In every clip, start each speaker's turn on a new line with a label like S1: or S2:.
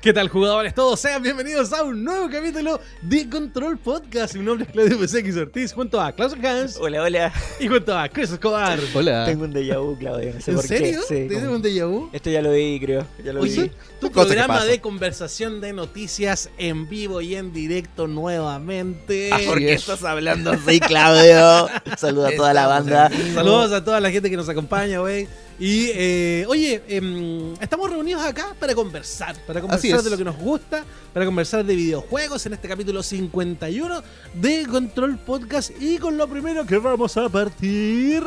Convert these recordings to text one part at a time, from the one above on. S1: ¿Qué tal jugadores todos? Sean bienvenidos a un nuevo capítulo de Control Podcast. Mi nombre es Claudio PSX Ortiz, junto a Klaus Hans
S2: Hola, hola.
S1: y junto a Chris Escobar.
S3: Hola.
S2: Tengo un déjà vu, Claudio. No sé
S1: ¿En
S2: por qué.
S1: serio?
S2: Sí,
S1: ¿Tienes
S2: como-
S1: un déjà vu?
S2: Esto ya lo vi, creo. Ya lo
S1: Oye,
S2: vi.
S1: tu
S3: Cosa que
S1: programa
S3: pasa.
S1: de conversación de noticias en vivo y en directo nuevamente.
S3: Ah, ¿por qué es.
S2: estás hablando así, Claudio? Saluda a toda la banda.
S1: Saludos a toda la gente que nos acompaña, güey. Y eh, oye, em, estamos reunidos acá para conversar, para conversar
S3: es.
S1: de lo que nos gusta, para conversar de videojuegos en este capítulo 51 de Control Podcast y con lo primero que vamos a partir.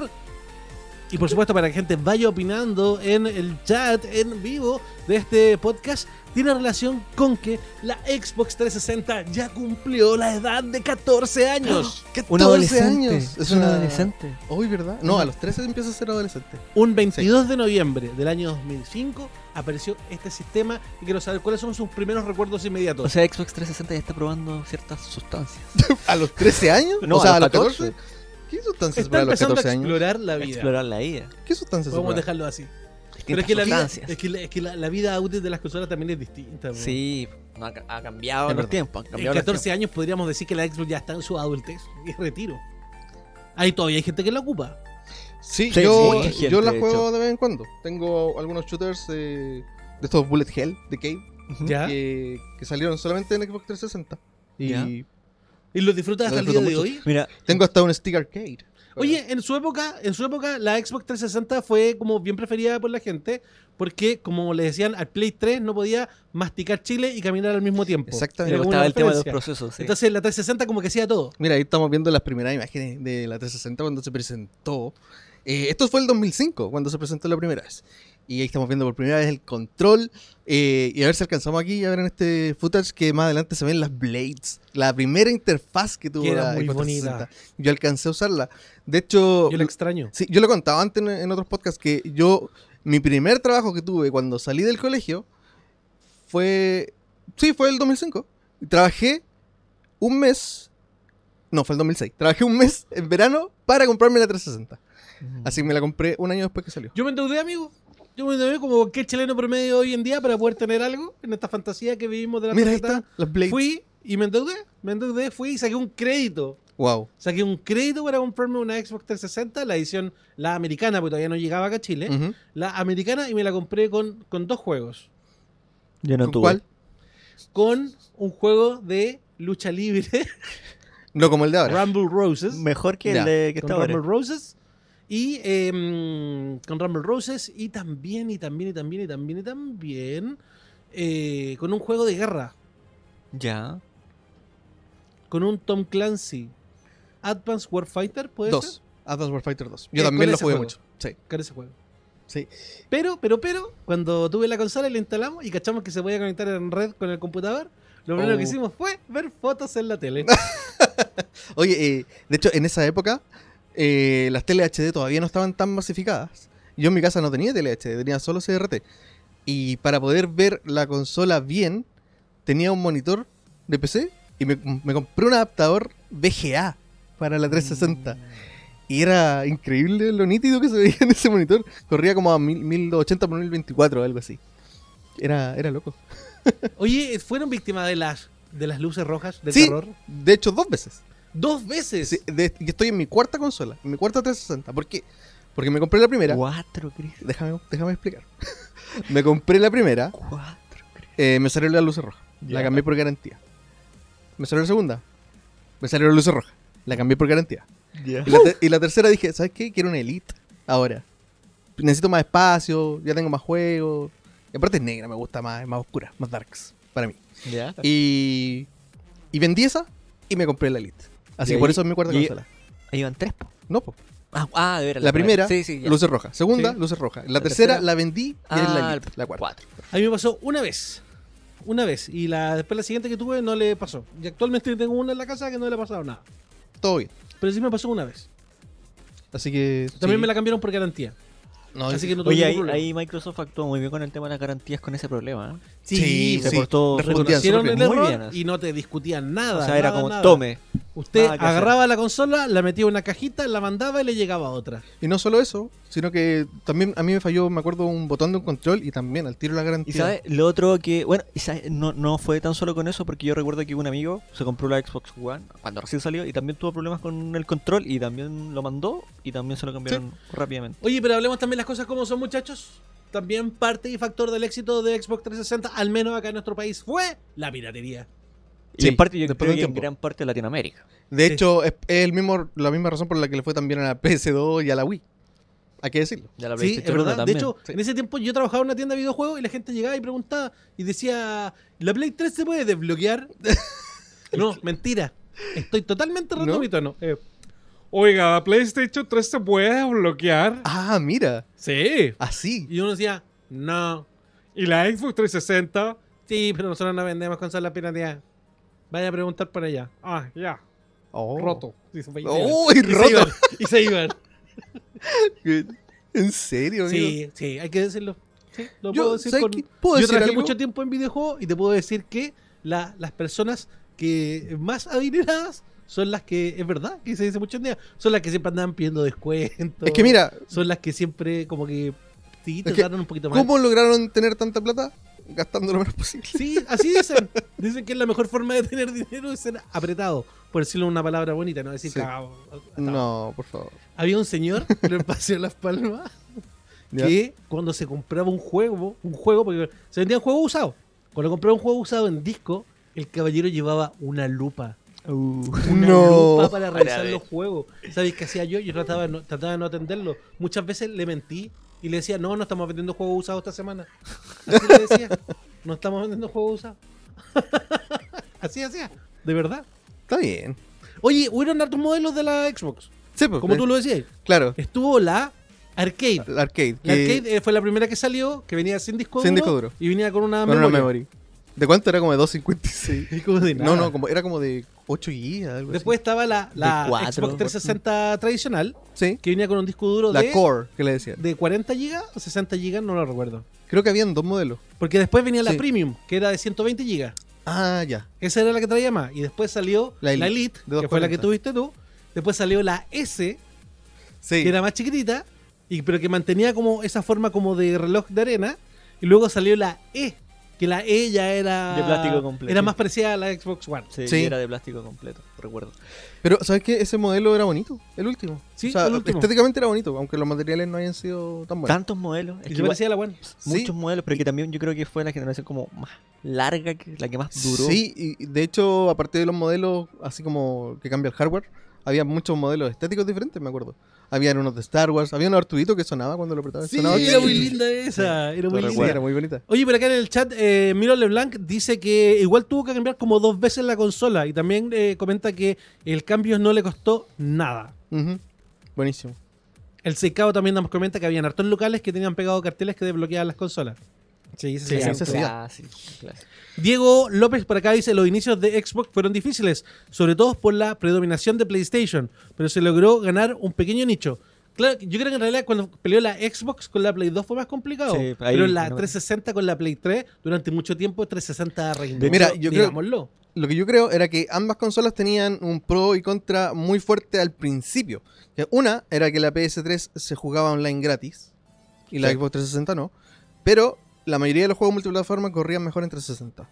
S1: Y por supuesto para que la gente vaya opinando en el chat en vivo de este podcast tiene relación con que la Xbox 360 ya cumplió la edad de 14 años.
S3: Un 14 años.
S4: Es un
S3: una-
S4: adolescente.
S3: Hoy, ¿verdad? No, a los 13 empieza a ser adolescente.
S1: Un 22 de noviembre del año 2005 apareció este sistema y quiero saber cuáles son sus primeros recuerdos inmediatos.
S4: O sea, Xbox 360 ya está probando ciertas sustancias.
S3: ¿A los 13 años?
S2: No,
S3: o sea,
S2: a
S3: a
S2: los
S3: los 14. ¿Qué sustancias
S1: Está
S3: para los
S1: empezando
S3: 14
S1: a
S3: años?
S1: explorar la vida.
S2: Explorar la vida.
S3: ¿Qué sustancias?
S1: Podemos
S3: se prueban?
S1: dejarlo así. Pero
S4: Distintas
S1: es que, la vida,
S4: sustancias.
S1: es pues, que, la, es que la- la vida útil de las consolas también es distinta. weón.
S4: Sí, no ha, ha cambiado
S3: Es
S4: los
S3: verdad.
S4: tiempos. Han
S1: En
S4: cambiado los
S1: 14 años podríamos decir que la Xbox ya está en su adultez y retiro. Ahí todavía hay gente que la ocupa.
S3: Sí,
S4: Sí,
S3: yo,
S4: mucha gente,
S3: yo las
S4: de
S3: juego
S4: hecho.
S3: de vez en cuando. Tengo algunos shooters eh, de estos Bullet Hell de Cave
S1: ¿Ya?
S3: que, que salieron solamente en Xbox 360. Y
S4: Ya.
S1: ¿Y los disfrutas
S3: Lo
S1: hasta el día
S3: disfruto
S1: de
S3: mucho.
S1: hoy?
S4: tiempos. Mira,
S3: tengo hasta un stick arcade.
S1: Oye, en su época, en su época la Xbox 360 fue como bien preferida por la gente porque como le decían al Play 3 no podía masticar chile y caminar al mismo tiempo.
S3: Exactamente.
S1: Era
S4: me
S1: como
S4: gustaba
S1: una
S4: el tema de los
S1: referencia.
S4: procesos. sí.
S1: Entonces la 360 como que hacía todo.
S3: Mira, ahí estamos viendo las primeras imágenes de la 360 cuando se presentó. Eh, esto fue el 2005, cuando se presentó la primera vez. Y ahí estamos viendo por primera vez el control. eh, y a ver si alcanzamos aquí a ver en este footage que más adelante se ven las blades. La primera interfaz que tuvo
S1: Que era
S3: la
S1: muy
S3: Xbox
S1: bonita.
S3: 360. Yo alcancé a usarla. De hecho,
S1: Yo la extraño.
S3: Sí, yo Oh, lo contaba antes en, en otros podcasts que yo, mi primer trabajo que tuve cuando salí del colegio fue, sí, fue el 2005. Y Trabajé un mes, no, fue el 2006. Trabajé un mes en verano para comprarme la 360. Así que me la compré un año después que salió.
S1: Yo me endeudé, amigo. Yo me endeudé como cualquier chileno promedio hoy en día para poder tener algo en esta fantasía que vivimos de la
S3: Mira, ahí
S1: tarjeta.
S3: está, las Blades.
S1: Fui y me endeudé. Me endeudé, fui y saqué un crédito.
S3: Wow.
S1: Saqué un crédito para comprarme una Xbox 360, la edición, la americana, porque todavía ¿Eh? no llegaba acá a Chile.
S3: Ujú.
S1: La americana y me la compré con, con dos juegos.
S4: Yo no
S3: ¿Con
S4: tuve.
S3: ¿Cuál?
S1: Con un juego de lucha libre,
S3: No como el de ahora.
S1: Rumble Roses.
S4: Mejor que
S3: Ya,
S4: el de que
S1: con
S4: está ahora.
S1: Rumble Roses y eh, con Rumble Roses y también y también y también y también y también eh, con un juego de guerra
S4: Ya.
S1: con un Tom Clancy Advanced Warfighter puede ser
S3: Dos. Advanced Warfighter 2. Yo
S1: Eh,
S3: también
S1: con
S3: lo
S1: ese
S3: jugué
S1: juego.
S3: mucho. Sí.
S1: con ese juego
S3: Sí.
S1: pero pero pero cuando tuve la consola y la instalamos y cachamos que se podía conectar en red con el computador lo primero
S3: Oh.
S1: que hicimos fue ver fotos en la tele
S3: Oye, eh, de hecho, en esa época eh, las teles HD todavía no estaban tan masificadas. Yo en mi casa no tenía tele HD, tenía solo CRT. Y para poder ver la consola bien, tenía un monitor de PC y me, me compré un adaptador VGA para la 360. Y era increíble lo nítido que se veía en ese monitor. Corría como a mil- 1080 por 1024 o algo así. Era, era loco.
S1: oye fueron víctimas de las de las luces rojas del
S3: Sí.
S1: terror
S3: De hecho, dos veces.
S1: dos veces
S3: Sí, de- y estoy en mi cuarta consola, en mi cuarta 360. ¿Por qué? Porque me compré la primera.
S4: Cuatro, Cris.
S3: Déjame, déjame explicar. me compré la primera,
S4: Cuatro, Cris.
S3: eh, me salió la luz roja.
S4: Ya.
S3: La cambié por garantía. Me salió la segunda, me salió la luz roja. La cambié por garantía.
S4: Ya.
S3: Y la, ter- y la tercera dije, ¿sabes qué? Quiero una Elite ahora. Necesito más espacio, ya tengo más juegos. Y aparte es negra, me gusta más, es más oscura, más darks para mí.
S4: Ya.
S3: Y, y vendí esa y me compré la Elite. Así
S4: Y
S3: que por
S4: ahí-
S3: eso es mi cuarta
S4: y-
S3: consola.
S4: Ahí van tres, po.
S3: No, po.
S4: Ah, ah, de veras.
S3: La primera,
S4: Sí, sí, ya.
S3: luces rojas. Segunda,
S1: Sí.
S3: luces rojas. La,
S4: La
S3: tercera,
S4: tercera.
S3: la vendí y
S4: Ah,
S3: es la, elite, la cuarta.
S4: cuatro.
S1: A mí me pasó una vez. Una vez. Y la, después la siguiente que tuve no le pasó. Y actualmente tengo una en la casa que no le ha pasado nada.
S3: Todo bien.
S1: Pero sí me pasó una vez.
S3: Así que.
S1: También
S3: sí.
S1: me la cambiaron por garantía.
S3: No,
S1: Así que no tuve
S4: Oye,
S1: ningún
S4: ahí,
S1: problema.
S4: ahí Microsoft actuó muy bien con el tema de las garantías con ese problema. ¿eh?
S3: Sí,
S4: se
S3: sí.
S4: portó
S3: Respondían
S1: Reconocieron
S3: súper
S1: el
S4: bien. Muy
S1: error
S4: bien.
S1: y no te discutían nada.
S4: o sea, era
S1: nada,
S4: como,
S1: nada.
S4: tome,
S1: Usted
S4: Nada que hacer.
S1: agarraba la consola, la metía en una cajita, la mandaba y le llegaba otra.
S3: Y no solo eso, sino que también a mí me falló, me acuerdo, un botón de un control y también al tiro la
S4: Y
S3: garantía.
S4: sabes, lo otro que, bueno, y sabes, no, no fue tan solo con eso, porque yo recuerdo que un amigo se compró la Xbox One cuando recién salió y también tuvo problemas con el control y también lo mandó y también se lo cambiaron rápidamente.
S1: Oye, pero hablemos también las cosas como son, muchachos. También parte y factor del éxito de Xbox 360, al menos acá en nuestro país, fue la piratería.
S4: y
S3: Sí,
S4: en parte yo
S3: después
S4: creo
S3: de
S4: que
S3: un
S4: en
S3: tiempo.
S4: gran parte de Latinoamérica.
S3: De
S1: Sí.
S3: hecho, es, es el mismo, la misma razón por la que le fue también a la PS2 y a la Wii. Hay que decirlo.
S4: Ya la
S1: Sí, es
S4: PlayStation uno
S1: verdad. De
S4: también.
S1: hecho,
S3: Sí.
S1: en ese tiempo yo trabajaba en una tienda de videojuegos y la gente llegaba y preguntaba y decía, ¿la Play 3 se puede desbloquear? no, mentira. Estoy totalmente roto
S3: ¿No?
S1: mi tono. Eh, Oiga, PlayStation 3 se puede desbloquear.
S3: Ah, mira,
S1: Sí.
S3: así.
S1: Y uno decía, no. ¿Y la Xbox 360? Sí, pero nosotros no vendemos consolas pirateadas. Vaya a preguntar por ella. Ah, ya.
S3: Oh.
S1: Roto. Y se- y se
S3: ¡Uy,
S1: iban. Y se
S3: roto!
S1: iban. Y se iban.
S3: ¿En serio? amigo?
S1: Sí, sí, hay que decirlo. Sí, lo
S3: Yo,
S1: puedo decir
S3: ¿sabes
S1: con-
S3: qué? ¿Puedo
S1: Yo
S3: decir
S1: trabajé
S3: algo?
S1: mucho tiempo en videojuegos y te puedo decir que la- las personas que más adineradas son las que, es verdad, que se dice mucho en día, son las que siempre andaban pidiendo descuentos.
S3: Es que mira,
S1: Son las que siempre como que sí, te
S3: Es que,
S1: trataron un poquito más.
S3: ¿cómo lograron tener tanta plata? Gastando lo menos posible.
S1: Sí, así dicen. Dicen que es la mejor forma de tener dinero es ser apretado, por decirlo una palabra bonita, no decir
S3: Sí.
S1: cagado.
S3: No, por favor.
S1: Había un señor en el Paseo de Las Palmas
S3: Ya.
S1: que cuando se compraba un juego, un juego, porque se vendía un juego usado. Cuando compraba un juego usado en disco, el caballero llevaba una lupa. Una
S3: No.
S1: lupa para revisar
S4: ver.
S1: los juegos. ¿Sabéis qué hacía yo? Yo trataba de, no, trataba de no atenderlo. Muchas veces le mentí y le decía, no, no estamos vendiendo juegos usados esta semana. Así le decía, no estamos vendiendo juegos usados. Así hacía, de verdad.
S3: Está bien.
S1: Oye, hubieron hartos modelos de la Xbox.
S3: Sí, pues,
S1: Como
S3: eh,
S1: tú lo decías,
S3: Claro,
S1: estuvo la arcade.
S3: el arcade.
S1: La
S3: que-
S1: arcade eh, fue la primera que salió, que venía sin disco
S3: Sin
S1: duro.
S3: disco duro.
S1: Y venía con una
S3: con una
S1: memoria.
S3: memory. ¿De cuánto era? Como de 256.
S1: Y como de
S3: No,
S1: nada.
S3: no, como, era como de 8 GB. Algo así.
S1: Después estaba la, la
S4: De cuatro.
S1: Xbox 360 tradicional,
S3: Sí.
S1: que venía con un disco duro
S3: La
S1: de,
S3: Core, que le decían.
S1: de 40 GB o 60 GB, no lo recuerdo.
S3: Creo que habían dos modelos.
S1: Porque después venía la
S3: Sí.
S1: Premium, que era de 120 GB.
S3: Ah, ya.
S1: Esa era la que traía más. Y después salió la
S3: La
S1: Elite,
S3: Elite, de
S1: que fue la que
S3: 240.
S1: tuviste tú. Después salió la S,
S3: Sí.
S1: que era más chiquitita, y, pero que mantenía como esa forma como de reloj de arena. Y luego salió la E, que la E ya era,
S4: De plástico completo.
S1: era más parecida a la Xbox One.
S4: Sí,
S3: Sí.
S4: era de plástico completo, recuerdo.
S3: Pero, ¿sabes qué? Ese modelo era bonito. El último.
S1: Sí,
S3: O sea,
S1: el último.
S3: estéticamente era bonito, aunque los materiales no hayan sido tan buenos.
S4: Tantos modelos, es
S1: Y
S4: que
S1: se
S4: igual-
S1: parecía a la One.
S3: Sí.
S4: muchos modelos, pero que también yo creo que fue la generación como más larga, que- la que más duró.
S3: Sí, y de hecho, aparte de los modelos, así como que cambia el hardware, había muchos modelos estéticos diferentes, me acuerdo. Habían unos de Star Wars, había un Arturito que sonaba cuando lo apretaba.
S1: Sí,
S3: sonaba
S1: era muy
S3: Sí,
S1: linda esa. Era muy
S3: sí,
S1: linda.
S3: era muy bonita.
S1: Oye, pero acá en el chat, eh, Miro Leblanc dice que igual tuvo que cambiar como dos veces la consola. Y también eh, comenta que el cambio no le costó nada.
S3: Ujú. Buenísimo.
S1: El Seicao también nos comenta que habían hartos locales que tenían pegado carteles que desbloqueaban las consolas. Sí, ese
S3: Sí,
S1: es el
S3: ese
S1: clásico.
S4: Ah, sí, claro.
S1: Diego López por acá dice, los inicios de Xbox fueron difíciles, sobre todo por la predominación de PlayStation, pero se logró ganar un pequeño nicho. Claro, yo creo que en realidad cuando peleó la Xbox con la Play 2 fue más complicado,
S4: Sí, ahí
S1: pero la
S4: no-
S1: 360 con la Play 3 durante mucho tiempo 360 reinó.
S3: De Mira, yo creo-
S1: digámoslo.
S3: Lo que yo creo era que ambas consolas tenían un pro y contra muy fuerte al principio. Que Una era que la PS3 se jugaba online gratis y la
S4: Sí.
S3: Xbox 360 no, pero la mayoría de los juegos multiplataforma corrían mejor en 360.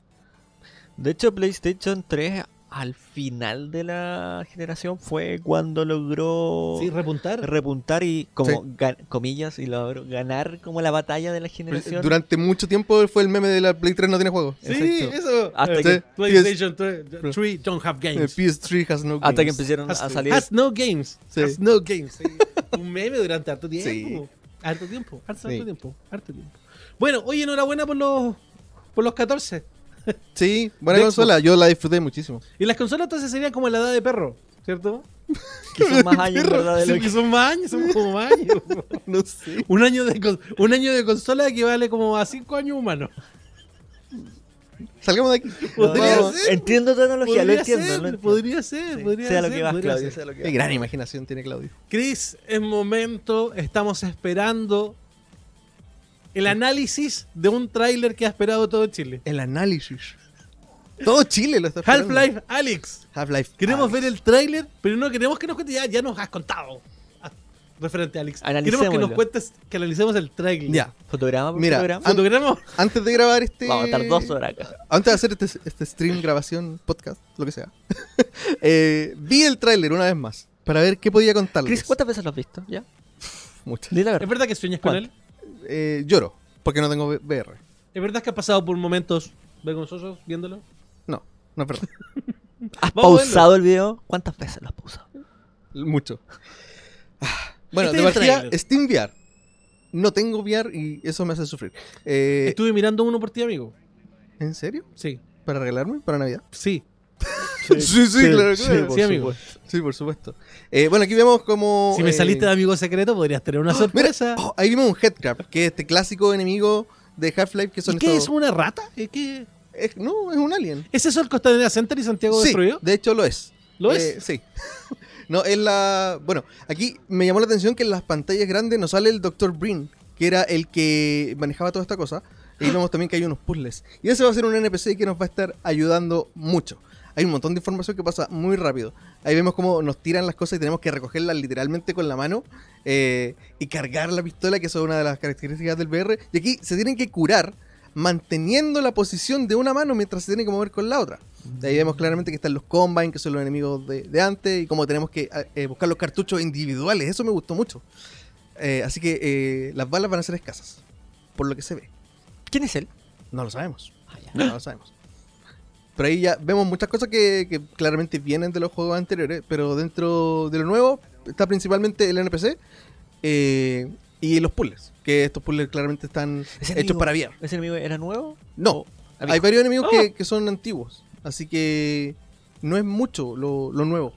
S4: De hecho, PlayStation 3 al final de la generación fue cuando logró
S1: Sí, repuntar.
S4: repuntar y, como
S3: Sí.
S4: gan- comillas, y logró ganar como la batalla de la generación.
S3: Pues, Durante mucho tiempo fue el meme de la Play 3 no tiene juegos.
S4: Exacto.
S1: eso.
S4: Hasta
S1: Eh,
S4: que-
S1: PlayStation 3, 3 don't have
S3: El
S1: games.
S3: PS3 has no
S4: Hasta que
S3: games.
S4: empezaron
S1: Has,
S4: a salir.
S1: has no games.
S3: Sí.
S1: Has no games. Sí. Un meme durante harto tiempo.
S3: Sí.
S1: Harto tiempo. Harto, harto
S3: Sí.
S1: tiempo. Harto tiempo. Bueno, oye, enhorabuena por los por los 14.
S3: Sí, buena
S1: de
S3: consola, yo la disfruté muchísimo.
S1: Y las consolas entonces serían como la edad de perro, ¿cierto?
S4: que son más años, en ¿verdad? De lo
S1: Sí, que son más años, son como más años.
S3: No sé.
S1: un, año de, con- un año de consola equivale como a 5 años humanos.
S3: Salgamos de aquí.
S1: Podría
S4: No,
S3: Vamos.
S1: ser.
S4: Entiendo tu analogía, lo
S1: Podría
S4: entiendo.
S1: ser,
S4: lo entiendo.
S1: podría ser,
S4: Sí,
S1: podría
S4: sea
S1: ser.
S4: lo que vas,
S1: podría
S4: Claudio,
S1: ser.
S4: sea lo que
S3: Qué gran imaginación tiene Claudio.
S1: Chris, es momento, estamos esperando el análisis de un tráiler que ha esperado todo Chile.
S3: El análisis. Todo Chile lo está esperando.
S1: Half-Life Alex.
S3: Half-Life.
S1: Queremos
S3: Alex.
S1: ver el tráiler, pero no queremos que nos cuentes. Ya, ya nos has contado. Ah, Referente a Alex. Queremos que nos
S4: Analicémoslo.
S1: cuentes, que analicemos el tráiler.
S3: Ya,
S4: Fotograma por
S3: Mira,
S4: fotograma.
S3: an-
S1: Fotograma.
S3: antes de grabar este.
S2: Vamos a estar dos horas acá.
S3: Antes de hacer este, este stream, grabación, podcast, lo que sea. eh, vi el tráiler una vez más para ver qué podía contarles.
S4: Chris, ¿cuántas veces lo has visto? ¿Ya?
S3: Muchas.
S4: Dile la
S1: ¿Es
S4: verdad.
S1: verdad que sueñas con él?
S4: ¿Cuánto?
S3: Eh, lloro porque no tengo VR.
S1: ¿Es verdad que has pasado por momentos vergonzosos viéndolo?
S3: No, no es verdad.
S4: ¿Has
S1: Vamos a
S4: pausado el video? ¿Cuántas veces lo has pausado?
S3: Mucho. Ah, Bueno,
S1: Este
S3: de
S1: es el
S3: partida,
S1: tráiler.
S3: Steam VR. No tengo VR y eso me hace sufrir. Eh,
S1: Estuve mirando uno por ti, amigo.
S3: ¿En serio?
S1: Sí,
S3: ¿Para regalarme? ¿Para Navidad?
S1: sí.
S3: Sí, sí, claro, claro.
S1: sí, amigo.
S3: Sí, por supuesto. Eh, bueno, aquí vemos como...
S1: Si me
S3: eh,
S1: saliste de amigo secreto, podrías tener una
S3: Mira,
S1: sorpresa.
S3: oh, ahí vimos un headcrab, que es este clásico enemigo de Half-Life que son
S1: ¿Y qué es
S3: estos-
S1: una rata? ¿Es que
S3: es- No, es un alien.
S1: ¿Es eso el Costanera Center y Santiago
S3: Sí,
S1: destruyó?
S3: de hecho lo es.
S1: ¿Lo
S3: Eh,
S1: es?
S3: Sí. no, es la... Bueno, aquí me llamó la atención que en las pantallas grandes nos sale el Dr. Breen, que era el que manejaba toda esta cosa. Y vemos también que hay unos puzzles. Y ese va a ser un NPC que nos va a estar ayudando mucho. Hay un montón de información que pasa muy rápido. Ahí vemos cómo nos tiran las cosas y tenemos que recogerlas literalmente con la mano eh, y cargar la pistola, que eso es una de las características del VR. Y aquí se tienen que curar manteniendo la posición de una mano mientras se tienen que mover con la otra. De ahí vemos claramente que están los Combine, que son los enemigos de, de antes, y cómo tenemos que eh, buscar los cartuchos individuales. Eso me gustó mucho. Eh, así que eh, las balas van a ser escasas, por lo que se ve.
S4: ¿Quién es él? Ah,
S3: No lo sabemos. No lo sabemos. Pero ahí ya vemos muchas cosas que, que claramente vienen de los juegos anteriores, pero dentro de lo nuevo está principalmente el NPC eh, y los puzzles, que estos puzzles claramente están
S4: Ese
S3: hechos
S4: enemigo-
S3: para VR.
S4: ¿Ese enemigo era nuevo?
S3: No,
S4: amigo.
S3: hay varios enemigos que,
S4: Oh.
S3: que son antiguos, así que no es mucho lo, lo nuevo.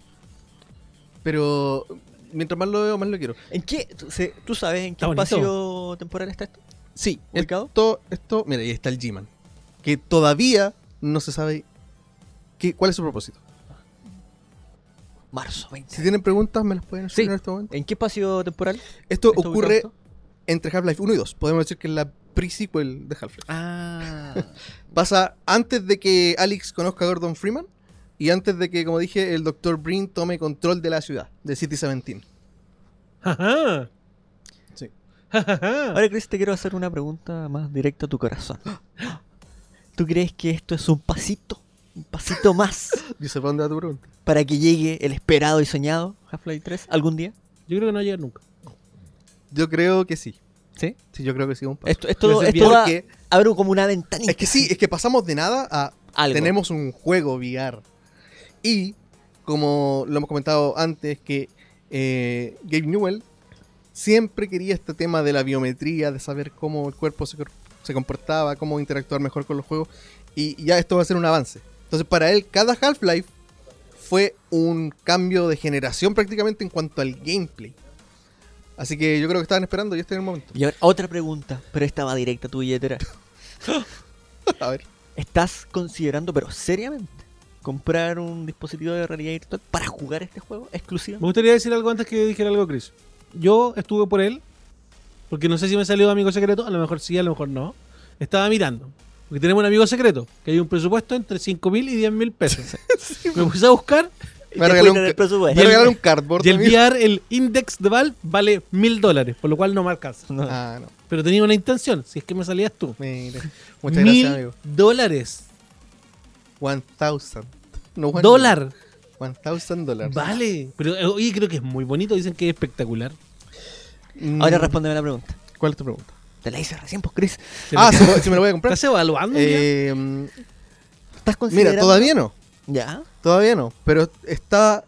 S3: Pero mientras más lo veo, más lo quiero.
S4: ¿En qué? ¿Tú, se- tú sabes en
S1: Está
S4: qué
S1: bonito.
S4: espacio temporal está esto?
S3: Sí,
S4: ¿Ubicado?
S3: esto, esto, mira, ahí está el G-Man, que todavía no se sabe qué, cuál es su propósito.
S4: Marzo
S3: Si
S4: 20.
S3: tienen preguntas, me las pueden hacer
S4: Sí.
S3: en este momento.
S4: ¿En qué espacio temporal?
S3: Esto
S4: está
S3: ocurre
S4: ubicado esto?
S3: entre Half-Life 1 y 2. Podemos decir que es la pre-sequel de Half-Life.
S4: Ah.
S3: Pasa antes de que Alex conozca a Gordon Freeman y antes de que, como dije, el Dr. Breen tome control de la ciudad, de City 17.
S1: Ajá.
S3: Sí.
S1: Ajá.
S4: Ahora, Chris, te quiero hacer una pregunta más directa a tu corazón. ¿Tú crees que esto es un pasito? ¿Un pasito más
S3: Yo sé para dónde va tu pregunta.
S4: para que llegue el esperado y soñado Half-Life 3 algún día?
S1: Yo creo que no va a llegar nunca.
S3: Yo creo que sí.
S4: ¿Sí?
S3: Sí, yo creo que sí. Un paso.
S4: Esto, esto,
S1: Desde
S4: esto va-
S3: Porque-
S4: abre como una ventanita.
S3: Es que sí, es que pasamos de nada a
S4: Algo.
S3: tenemos un juego VR. Y, como lo hemos comentado antes, que eh, Gabe Newell siempre quería este tema de la biometría, de saber cómo el cuerpo se, cor- se comportaba, cómo interactuar mejor con los juegos. Y ya esto va a ser un avance. Entonces, para él, cada Half-Life fue un cambio de generación prácticamente en cuanto al gameplay. Así que yo creo que estaban esperando y este es el momento.
S4: Y ahora, otra pregunta, pero esta va directa a tu billetera.
S3: A ver.
S4: ¿Estás considerando, pero seriamente, comprar un dispositivo de realidad virtual para jugar este juego
S1: Me
S4: exclusivamente?
S1: gustaría decir algo antes que dijera algo, Chris. Yo estuve por él, porque no sé si me salió amigo secreto, a lo mejor sí, a lo mejor no. Estaba mirando. Porque tenemos un amigo secreto, que hay un presupuesto entre 5 mil y 10 mil pesos. Me puse a buscar
S3: Me
S4: Ya
S3: regalaron
S4: fuiste en el
S3: un,
S1: Pues,
S3: me
S4: presupuesto.
S3: regalaron un cardboard.
S1: y el
S3: amigo.
S1: VR, el index de Valve, vale mil dólares, por lo cual no me alcanza.
S4: No.
S3: Ah, no.
S1: Pero tenía una intención, si es que me salías tú.
S3: Mire. Muchas
S1: Mil
S3: gracias, amigo.
S1: dólares.
S3: 1000. No, one
S1: Dólar.
S3: million. 1000 dólares.
S1: Vale. Pero eh, oye, creo que es muy bonito, dicen que es espectacular.
S3: Mm,
S4: Ahora respóndeme la pregunta.
S3: ¿Cuál es tu pregunta?
S4: Te la hice recién, pues, Chris.
S1: Se
S3: Ah,
S1: me-
S3: si me, si me lo voy a comprar.
S1: ¿Estás evaluando? ya?
S3: Eh, mm,
S4: ¿Estás considerando?
S3: mira, todavía no.
S4: ¿Ya?
S3: Todavía no. Pero está.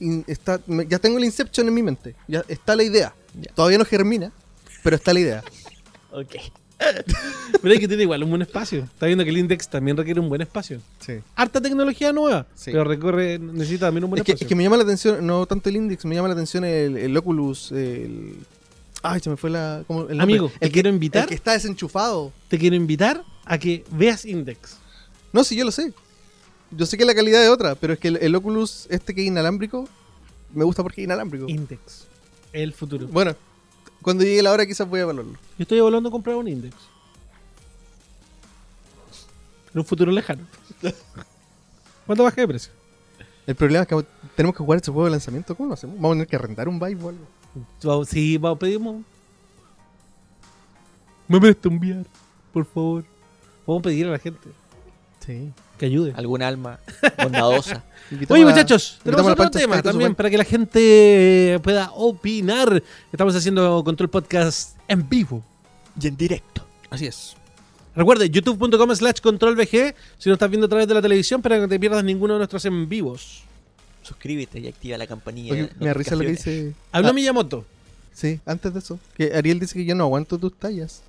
S3: in- está me- ya tengo el Inception en mi mente. Ya está la idea.
S4: Ya.
S3: Todavía no germina, pero está la idea.
S4: Ok.
S1: Pero hay que tener igual un buen espacio. Está viendo que el index también requiere un buen espacio.
S3: Sí.
S1: Harta tecnología nueva,
S3: Sí.
S1: pero recorre, necesita también un buen
S3: Es que, es
S1: espacio.
S3: que me llama la atención, no tanto el Index, me llama la atención el, el Oculus. El, ay, se me fue la. ¿cómo, el nombre?
S1: Amigo, te
S3: el que,
S1: quiero invitar,
S3: el que está desenchufado.
S1: te quiero invitar a que veas Index.
S3: No, sí, yo lo sé. Yo sé que la calidad es otra, pero es que el, el Oculus, este que es inalámbrico, me gusta porque es inalámbrico.
S1: Index. El futuro. Yo
S3: Bueno, cuando llegue la hora quizás voy a evaluarlo.
S1: estoy evaluando comprar un Index. en un futuro lejano. ¿Cuánto baja de precio?
S3: El problema es que tenemos que jugar este juego de lanzamiento. ¿Cómo lo hacemos? Vamos a tener que rentar un vibe o algo.
S1: Vamos- Sí, vamos, pedimos. Me presta un VR, por favor. Vamos a pedir a la gente
S3: Sí.
S1: que ayude.
S4: Algún alma bondadosa.
S1: Oye, muchachos, tenemos
S3: invitamos este, a
S1: otro
S3: Pancho
S1: tema
S3: Espera con su
S1: también
S3: pan-
S1: para que la gente eh, pueda opinar. Estamos haciendo Control Podcast en vivo.
S4: y en directo.
S3: Así es.
S1: Recuerde, youtube.com slash controlvg si no estás viendo a través de la televisión para que no te pierdas ninguno de nuestros en vivos.
S4: Suscríbete y activa la campanilla.
S3: Oye,
S4: de
S3: me da risa lo que
S4: notificaciones.
S3: dice.
S1: Habló
S3: Ah,
S1: Miyamoto.
S3: Sí, antes de eso. Que Ariel dice que yo no aguanto tus tallas.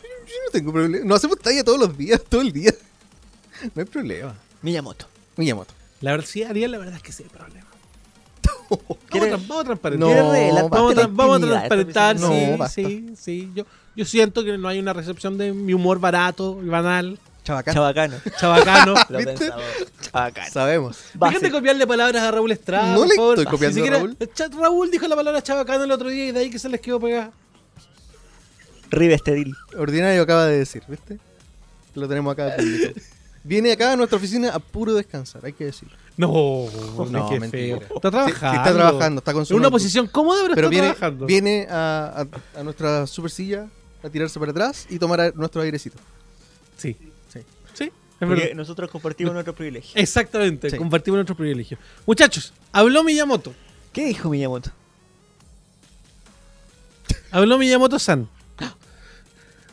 S3: Pero Yo no tengo problema. No hacemos talla todos los días, todo el día. No hay problema.
S4: Miyamoto.
S3: Miyamoto.
S1: La verdad, sí, Ariel, la verdad es que sí hay problema. Vamos,
S4: ¿Quieres-
S1: a tran- vamos a transparentar.
S3: No,
S4: ¿Quieres revelar parte
S1: vamos,
S4: de
S1: a,
S4: la
S1: tran- vamos a
S4: intimidad de esta
S1: transparentar,
S3: No,
S1: sí,
S3: basta.
S1: sí, sí. Yo, yo siento que no hay una recepción de mi humor barato y banal,
S3: Chavacán.
S4: Chabacano.
S1: chabacano.
S4: Lo
S3: ¿Viste?
S4: pensador. Chabacano.
S3: Sabemos.
S1: Dejen de copiarle palabras a Raúl Estrada.
S3: No
S1: por
S3: le
S1: favor.
S3: estoy copiando
S1: Ni
S3: a
S1: siquiera-
S3: Raúl.
S1: Cha- Raúl dijo la palabra chabacano el otro día y de ahí que se les quedó pegada.
S4: Rivesteril.
S3: Ordinario acaba de decir, ¿viste? Lo tenemos acá público. Viene acá a nuestra oficina a puro descansar, hay que decirlo.
S1: No,
S3: Oh, No,
S1: qué
S3: mentira.
S1: feo. Está
S3: Sí, sí
S1: trabajando.
S3: está trabajando, está con su
S1: En una
S3: notebook.
S1: posición cómoda, pero,
S3: Pero
S1: está
S3: viene,
S1: trabajando.
S3: viene a, a- a nuestra super silla a tirarse para atrás y tomar a- nuestro airecito.
S1: Sí.
S3: Sí.
S1: Sí, es verdad.
S4: Porque nosotros compartimos nuestro privilegio.
S1: Exactamente,
S3: Sí.
S1: compartimos nuestro privilegio. Muchachos, habló Miyamoto.
S4: ¿Qué dijo Miyamoto?
S1: Habló Miyamoto-san.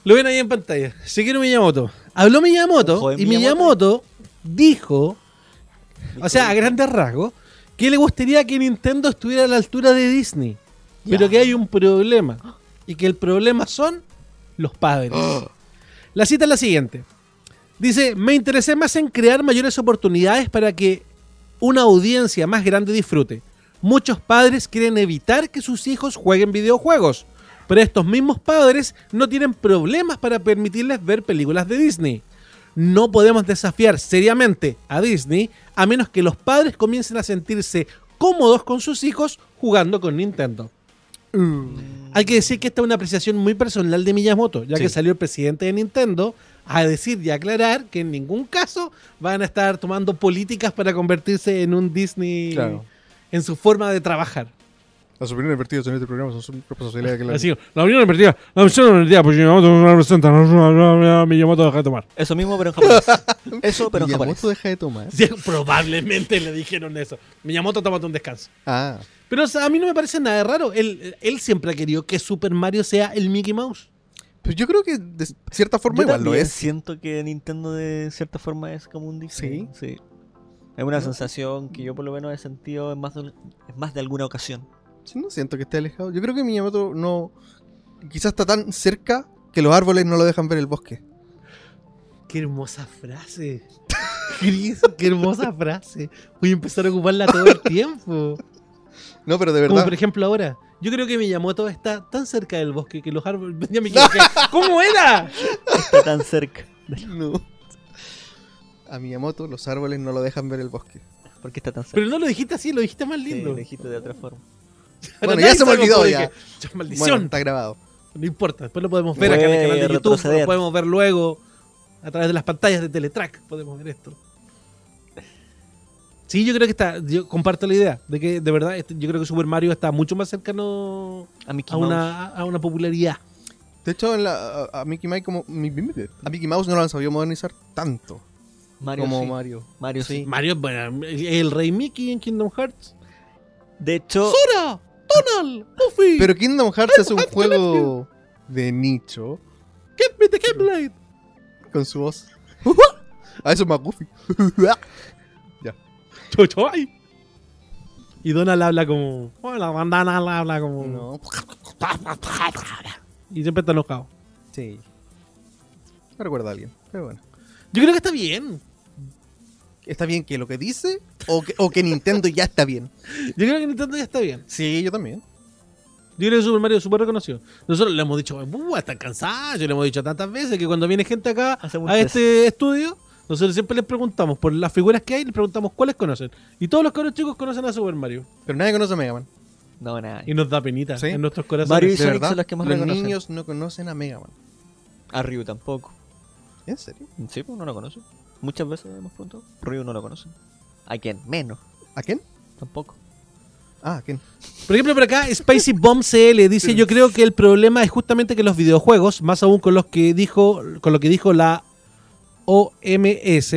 S1: Lo ven ahí en pantalla. Shigeru Miyamoto. Habló Miyamoto
S4: Ojo, ¿eh,
S1: y Miyamoto
S4: Miyamoto?
S1: dijo, o sea, a grandes rasgos, que le gustaría que Nintendo estuviera a la altura de Disney.
S4: Ya.
S1: Pero que hay un problema. Y que el problema son los padres. La cita es la siguiente. Dice, me interesé más en crear mayores oportunidades para que una audiencia más grande disfrute. Muchos padres quieren evitar que sus hijos jueguen videojuegos, pero estos mismos padres no tienen problemas para permitirles ver películas de Disney. No podemos desafiar seriamente a Disney a menos que los padres comiencen a sentirse cómodos con sus hijos jugando con Nintendo. Hay que decir que esta es una apreciación muy personal de Miyamoto, ya
S3: Mm. Sí.
S1: que salió el presidente de Nintendo a decir y aclarar que en ningún caso van a estar tomando políticas para convertirse en un Disney
S3: Claro.
S1: en su forma de trabajar.
S3: Las opiniones vertidas en este programa son su responsabilidad que
S1: Así, la opinión invertida, la opción invertida, pues Miyamoto no la representa, no, no, no, no, Miyamoto deja de tomar.
S4: Eso mismo, pero en japonés. Eso, pero en japonés.
S3: Miyamoto deja de tomar.
S1: Sí, probablemente le dijeron eso. Miyamoto, tómate un descanso.
S3: Ah,
S1: Pero o sea, a mí no me parece nada raro. Él, él siempre ha querido que Super Mario sea el Mickey Mouse.
S3: pues yo creo que de cierta forma
S4: Yo
S3: igual lo
S4: también
S3: es.
S4: Siento que Nintendo de cierta forma es como un Disney. Sí. Es una sensación que yo por lo menos he sentido en más de, en más de alguna ocasión.
S3: Sí, no siento que esté alejado. Yo creo que Miyamoto no. Quizás está tan cerca que los árboles no lo dejan ver el bosque.
S1: Qué hermosa frase. Chris, qué hermosa frase. Voy a empezar a ocuparla todo el tiempo.
S3: No, pero de
S1: Como
S3: verdad.
S1: por ejemplo ahora. Yo creo que Miyamoto está tan cerca del bosque que los árboles. Ya me equivoqué. ¿Cómo era?
S4: Está tan cerca.
S3: No. A Miyamoto los árboles no lo dejan ver el bosque.
S4: Porque está tan cerca.
S1: Pero no lo dijiste así, lo dijiste más lindo.
S4: Sí, lo dijiste de otra forma.
S1: Ahora
S3: Bueno, ya
S1: nadie
S3: se me
S1: sabe
S3: olvidó
S1: cómo
S3: ya.
S1: dije. Ch- Maldición.
S3: Bueno, está grabado.
S1: No importa, después lo podemos ver acá en el
S4: Puede
S1: canal de YouTube,
S4: retroceder.
S1: lo podemos ver luego a través de las pantallas de Teletrack, podemos ver esto. Sí, yo creo que está, yo comparto la idea de que de verdad este- yo creo que Super Mario está mucho más cercano
S4: A Mickey
S1: a una, a una popularidad.
S3: De hecho, en la- a, a Mickey Mouse como mi- mi- a Mickey Mouse no lo han sabido modernizar tanto
S4: Mouse. Mario
S3: como
S4: sí.
S3: Mario.
S4: Mario sí.
S1: Mario, bueno, el rey Mickey en Kingdom Hearts.
S4: De hecho,
S1: ¡Sora! ¡Donald! ¡Buffy!
S3: Pero Kingdom Hearts es un juego de nicho
S1: Get me the Keyblade!
S3: con su voz. Ah, eso es más goofy.
S4: Mm.
S1: ¡Chochoy! Y Donald habla como... Bueno, la bandana habla como...
S3: no.
S1: Y siempre está enojado.
S3: Sí. Me recuerda a alguien, pero bueno.
S1: Yo creo que está bien.
S3: ¿Está bien que lo que dice o que, o que Nintendo ya está bien?
S1: Yo creo que Nintendo ya está bien.
S3: Sí, yo también.
S1: Yo creo que Super Mario es súper reconocido. Nosotros le hemos dicho, "Buh, están cansados, yo le hemos dicho tantas veces que cuando viene gente acá
S4: Hacemos
S1: a
S4: un
S1: este estudio, nosotros siempre les preguntamos por las figuras que hay, les preguntamos cuáles conocen. Y todos los cabros chicos conocen a Super Mario.
S3: Pero nadie conoce a Mega Man.
S4: no, nada.
S1: Y nos da penita
S3: Sí.
S1: en nuestros corazones.
S4: Mario y
S3: De
S4: Sonic
S3: verdad,
S4: son los que más reconocen.
S3: niños no conocen a Mega Man.
S4: A Ryu tampoco.
S3: ¿En serio?
S4: Sí, pues no lo conoce. Muchas veces hemos preguntado. Ryu no lo conocen. ¿A quién? Menos.
S3: ¿A quién?
S4: Tampoco.
S3: Ah, ¿a quién?
S1: Por ejemplo, por acá, Spicy Bomb CL dice: Yo creo que el problema es justamente que los videojuegos, más aún con los que dijo, con lo que dijo la OMS,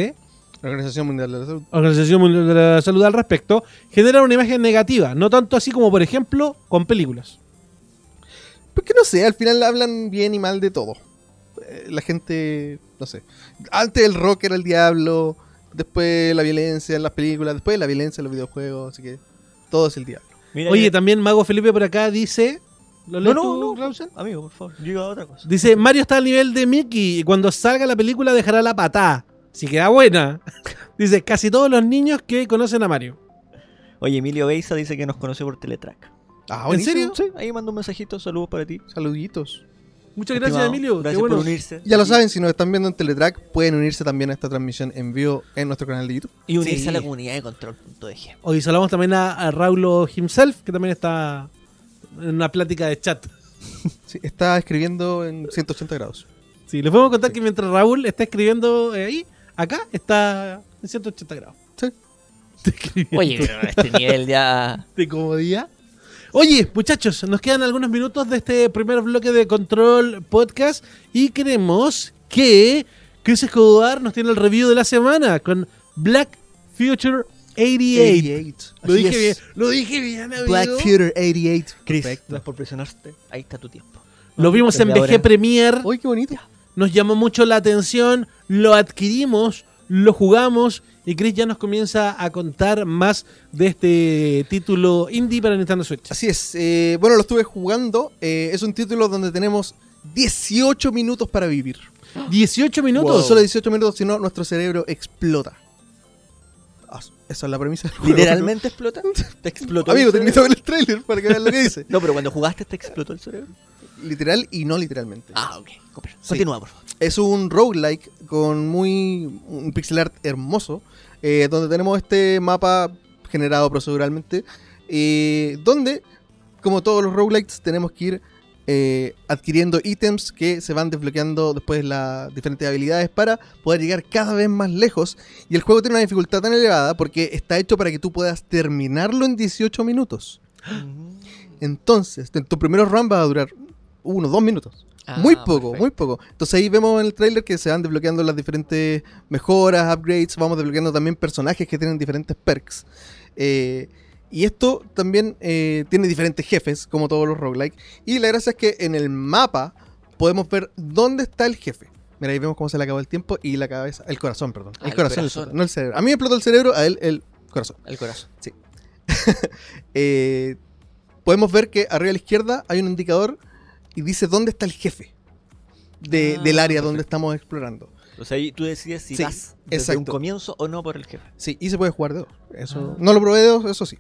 S3: La Organización Mundial de la Salud.
S1: Organización Mundial de la Salud al respecto, generan una imagen negativa, no tanto así como, por ejemplo, con películas.
S3: Porque no sé, al final hablan bien y mal de todo. Eh, La gente, no sé. Antes el rock era el diablo, después la violencia en las películas, después la violencia en los videojuegos, así que todo es el diablo.
S4: Mira,
S1: Oye,
S4: ya-
S1: también Mago Felipe por acá dice. ¿Lo lees
S4: Eh, No, no,
S1: tú,
S4: no.
S1: Clausen?
S4: Amigo, por favor, yo iba a otra cosa.
S1: Dice: Mario está al nivel de Mickey y cuando salga la película dejará la patada. Si queda buena. Dice: Casi todos los niños que conocen a Mario.
S4: Oye, Emilio Beisa dice que nos conoció por Teletrack.
S3: Ah,
S1: ¿En
S3: buenísimo.
S1: serio?
S4: Sí, ahí manda un mensajito, saludos para ti.
S3: Saluditos.
S1: Muchas
S4: estimado.
S1: gracias, Emilio. Qué
S4: Gracias
S1: bueno.
S4: por unirse.
S3: Ya lo saben, si nos están viendo en Teletrack, pueden unirse también a esta transmisión en vivo en nuestro canal de YouTube.
S4: Y unirse
S1: Sí.
S4: a la comunidad de E control.eje.
S1: Hoy saludamos también a, a Raulo himself, que también está en una plática de chat.
S3: Sí, está escribiendo en 180 grados.
S1: Sí, les podemos contar que mientras Raúl está escribiendo eh, ahí, acá está en 180 grados.
S3: Sí.
S1: Está escribiendo
S2: Oye, pero a este nivel ya.
S1: de comodidad. Oye, muchachos, nos quedan algunos minutos de este primer bloque de Control Podcast y queremos que Chris Escobar nos tiene el review de la semana con Black Future 88. Lo
S3: Así
S1: dije bien,
S3: es.
S1: lo dije bien, amigo.
S3: Black Future 88.
S4: Chris,
S3: Perfecto.
S4: no es por presionarte, ahí está tu tiempo.
S1: Lo vimos en
S4: Desde
S1: VG
S4: ahora.
S1: Premier.
S3: Uy, qué bonito.
S1: nos llamó mucho la atención, lo adquirimos, lo jugamos y Chris ya nos comienza a contar más de este título indie para Nintendo Switch.
S3: Así es. eh, bueno, lo estuve jugando. eh, es un título donde tenemos 18 minutos para vivir.
S1: 18 minutos.
S3: Solo 18 minutos, si no, nuestro cerebro explota. Ah, Esa es la premisa del juego.
S4: ¿Literalmente explota? ¿Te explotó? el
S3: Amigo, te invito a
S4: cerebro?
S3: ver el trailer para que veas lo que dice.
S4: No, pero cuando jugaste te explotó el cerebro.
S3: Literal y no literalmente.
S4: Ah, ok. comprendo. Continúa, por favor.
S3: Es un roguelike con muy un pixel art hermoso, eh, donde tenemos este mapa generado proceduralmente, eh, donde, como todos los roguelikes, tenemos que ir eh, adquiriendo ítems que se van desbloqueando después las diferentes habilidades para poder llegar cada vez más lejos. Y el juego tiene una dificultad tan elevada porque está hecho para que tú puedas terminarlo en 18 minutos. Entonces, en tu primer run va a durar uno, dos minutos.
S2: Ah,
S3: muy poco,
S2: perfecto.
S3: muy poco. Entonces ahí vemos en el tráiler que se van desbloqueando las diferentes mejoras, upgrades, vamos desbloqueando también personajes que tienen diferentes perks. Eh, y esto también eh, tiene diferentes jefes, como todos los roguelike. Y la gracia es que en el mapa podemos ver dónde está el jefe. Mira, ahí vemos cómo se le acabó el tiempo y la cabeza, el corazón, perdón.
S2: Ah,
S3: el
S2: el
S3: corazón, le
S2: corazón.
S3: explota, no el cerebro. A mí me explotó el cerebro, a él el corazón.
S2: El corazón.
S3: Eh, podemos ver que arriba a la izquierda hay un indicador y dice dónde está el jefe de-
S4: Ah,
S3: del área donde
S4: perfecto.
S3: estamos explorando.
S4: O sea, ahí tú decides si
S3: Sí,
S4: vas desde un
S3: exacto.
S4: comienzo o no por el jefe.
S3: Sí, y se puede jugar de dos. Eso,
S4: Ah.
S3: No lo probé de dos, eso sí.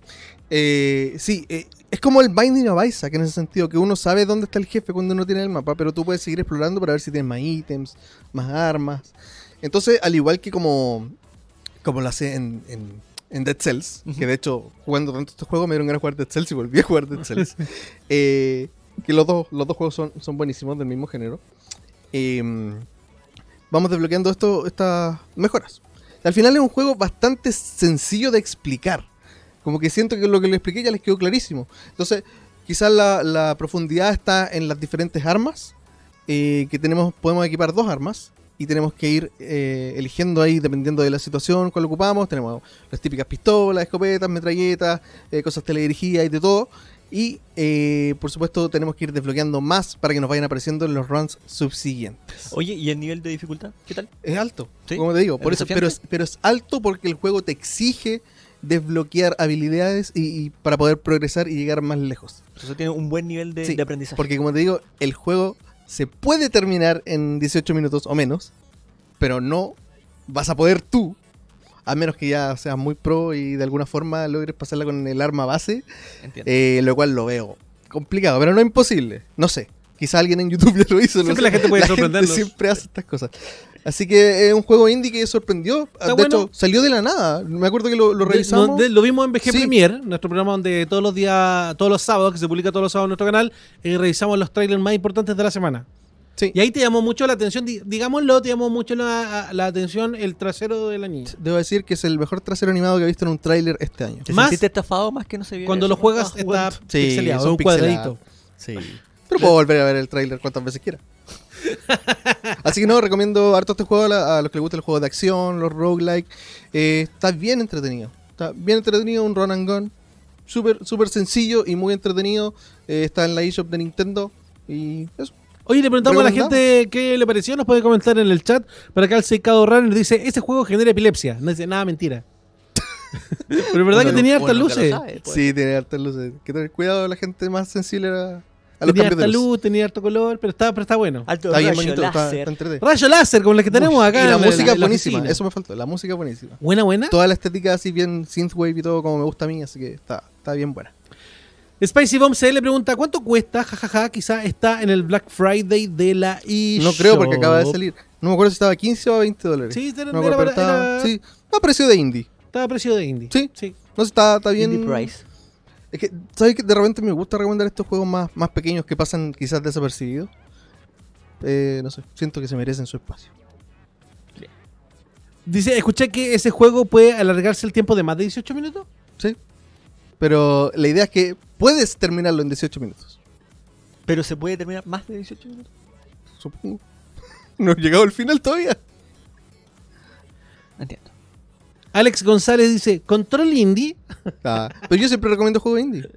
S3: Eh, sí, eh, es como el Binding of Isaac en ese sentido, que uno sabe dónde está el jefe cuando uno tiene el mapa, pero tú puedes seguir explorando para ver si tienes más ítems, más armas. Entonces, al igual que como, como lo hace en, en- en Dead Cells, que de hecho, jugando tanto este juego, me dieron ganas de jugar Dead Cells y volví a jugar Dead Cells. Eh, que los dos, los dos juegos son, son buenísimos del mismo género. Eh, vamos desbloqueando esto, estas mejoras. Al final es un juego bastante sencillo de explicar. Como que siento que lo que le expliqué ya les quedó clarísimo. Entonces, quizás la, la profundidad está en las diferentes armas. eh, que tenemos, podemos equipar dos armas. Y tenemos que ir eh, eligiendo ahí, dependiendo de la situación, cuál ocupamos. Tenemos las típicas pistolas, escopetas, metralletas, eh, cosas teledirigidas y de todo. Y eh, por supuesto tenemos que ir desbloqueando más para que nos vayan apareciendo en los runs subsiguientes.
S4: Oye, ¿y el nivel de dificultad? ¿Qué tal?
S3: Es alto,
S4: Sí,
S3: como te digo.
S4: es
S3: Por eso,
S4: desafiante.
S3: pero, es, pero es alto porque el juego te exige desbloquear habilidades y, y para poder progresar y llegar más lejos.
S4: Entonces tiene un buen nivel de,
S3: Sí,
S4: de aprendizaje.
S3: Porque como te digo, el juego se puede terminar en 18 minutos o menos, pero no vas a poder tú, a menos que ya seas muy pro y de alguna forma logres pasarla con el arma base,
S4: Entiendo.
S3: eh, lo cual lo veo complicado, pero no imposible. No sé. Quizá alguien en YouTube ya lo hizo. no
S1: Siempre
S3: sé.
S1: la gente puede
S3: gente
S1: sorprendernos.
S3: siempre hace estas cosas. Así que es un juego indie que sorprendió. Ah, de
S1: bueno.
S3: hecho, salió de la nada. Me acuerdo que lo, lo revisamos.
S1: De- de- lo vimos en VG
S3: Sí.
S1: Premier, nuestro programa donde todos los días, todos los sábados, que se publica todos los sábados en nuestro canal, eh, revisamos los trailers más importantes de la semana.
S3: Sí.
S1: Y ahí te llamó mucho la atención, di- digámoslo, te llamó mucho la, la atención el trasero de la niña.
S3: Debo decir que es el mejor trasero animado que he visto en un tráiler este año.
S4: ¿Te
S1: Más-
S4: sentiste estafado más que no se vio?
S1: Cuando
S4: eso
S1: lo
S4: cuando
S1: juegas
S4: estabas jugando?
S1: está pixeleado, es un cuadradito.
S3: Sí. Pero puedo volver a ver el tráiler cuantas veces quiera. Así que no, recomiendo harto este juego a, la- a los que les gusta el juego de acción, los roguelike. Eh, está bien entretenido. Está bien entretenido, un run and gun. Súper súper sencillo y muy entretenido. Eh, está en la eShop de Nintendo. Y eso.
S1: Oye, le preguntamos a la
S3: Preguntamos.
S1: gente qué le pareció, nos puede comentar en el chat. Para acá el secado Runner dice, ese juego genera epilepsia. No dice nada mentira. Pero es verdad
S3: Uno
S1: que
S3: lo-
S1: tenía
S2: uno
S1: hartas
S2: nunca lo
S1: luces.
S2: sabe, pues.
S3: Sí, tiene hartas luces. Que tener cuidado la gente más sensible a, a
S1: Tenía
S3: los cambios
S1: harta
S3: de luz.
S1: luz, tenía harto color, pero está, pero está bueno.
S4: Alto
S3: Está bien
S4: rayo,
S3: bonito, está,
S4: láser.
S3: está en 3D.
S1: Rayo láser, como la que tenemos acá.
S3: Y la
S1: en
S3: música
S1: en
S3: es
S1: la
S3: buenísima,
S1: oficina.
S3: eso me faltó, la música es buenísima.
S1: Buena, buena.
S3: Toda la estética así bien synthwave y todo como me gusta a mí, así que está, está bien buena.
S1: Spicy Bomb CL pregunta, ¿cuánto cuesta? Jajaja, quizá está en el Black Friday de la eShop.
S3: No creo porque acaba de salir. No me acuerdo si estaba a 15 o a 20 dólares.
S1: Sí, era-
S3: no me acuerdo,
S1: era-
S3: pero estaba-
S1: era-
S3: sí, a precio de indie.
S1: Está a precio de indie.
S3: Sí. No sé, está, está bien.
S4: Indie Price.
S3: Es que, ¿sabes que De repente me gusta recomendar estos juegos más, más pequeños que pasan quizás desapercibidos. Eh, no sé, siento que se merecen su espacio.
S1: Dice, escuché que ese juego puede alargarse el tiempo de más de 18 minutos.
S3: Sí. Pero la idea es que puedes terminarlo en 18 minutos.
S4: Pero se puede terminar más de 18 minutos.
S3: Supongo. No he llegado al final todavía.
S4: Entiendo.
S1: Alex González dice, ¿control indie?
S3: Ah, pero yo siempre recomiendo juegos indie.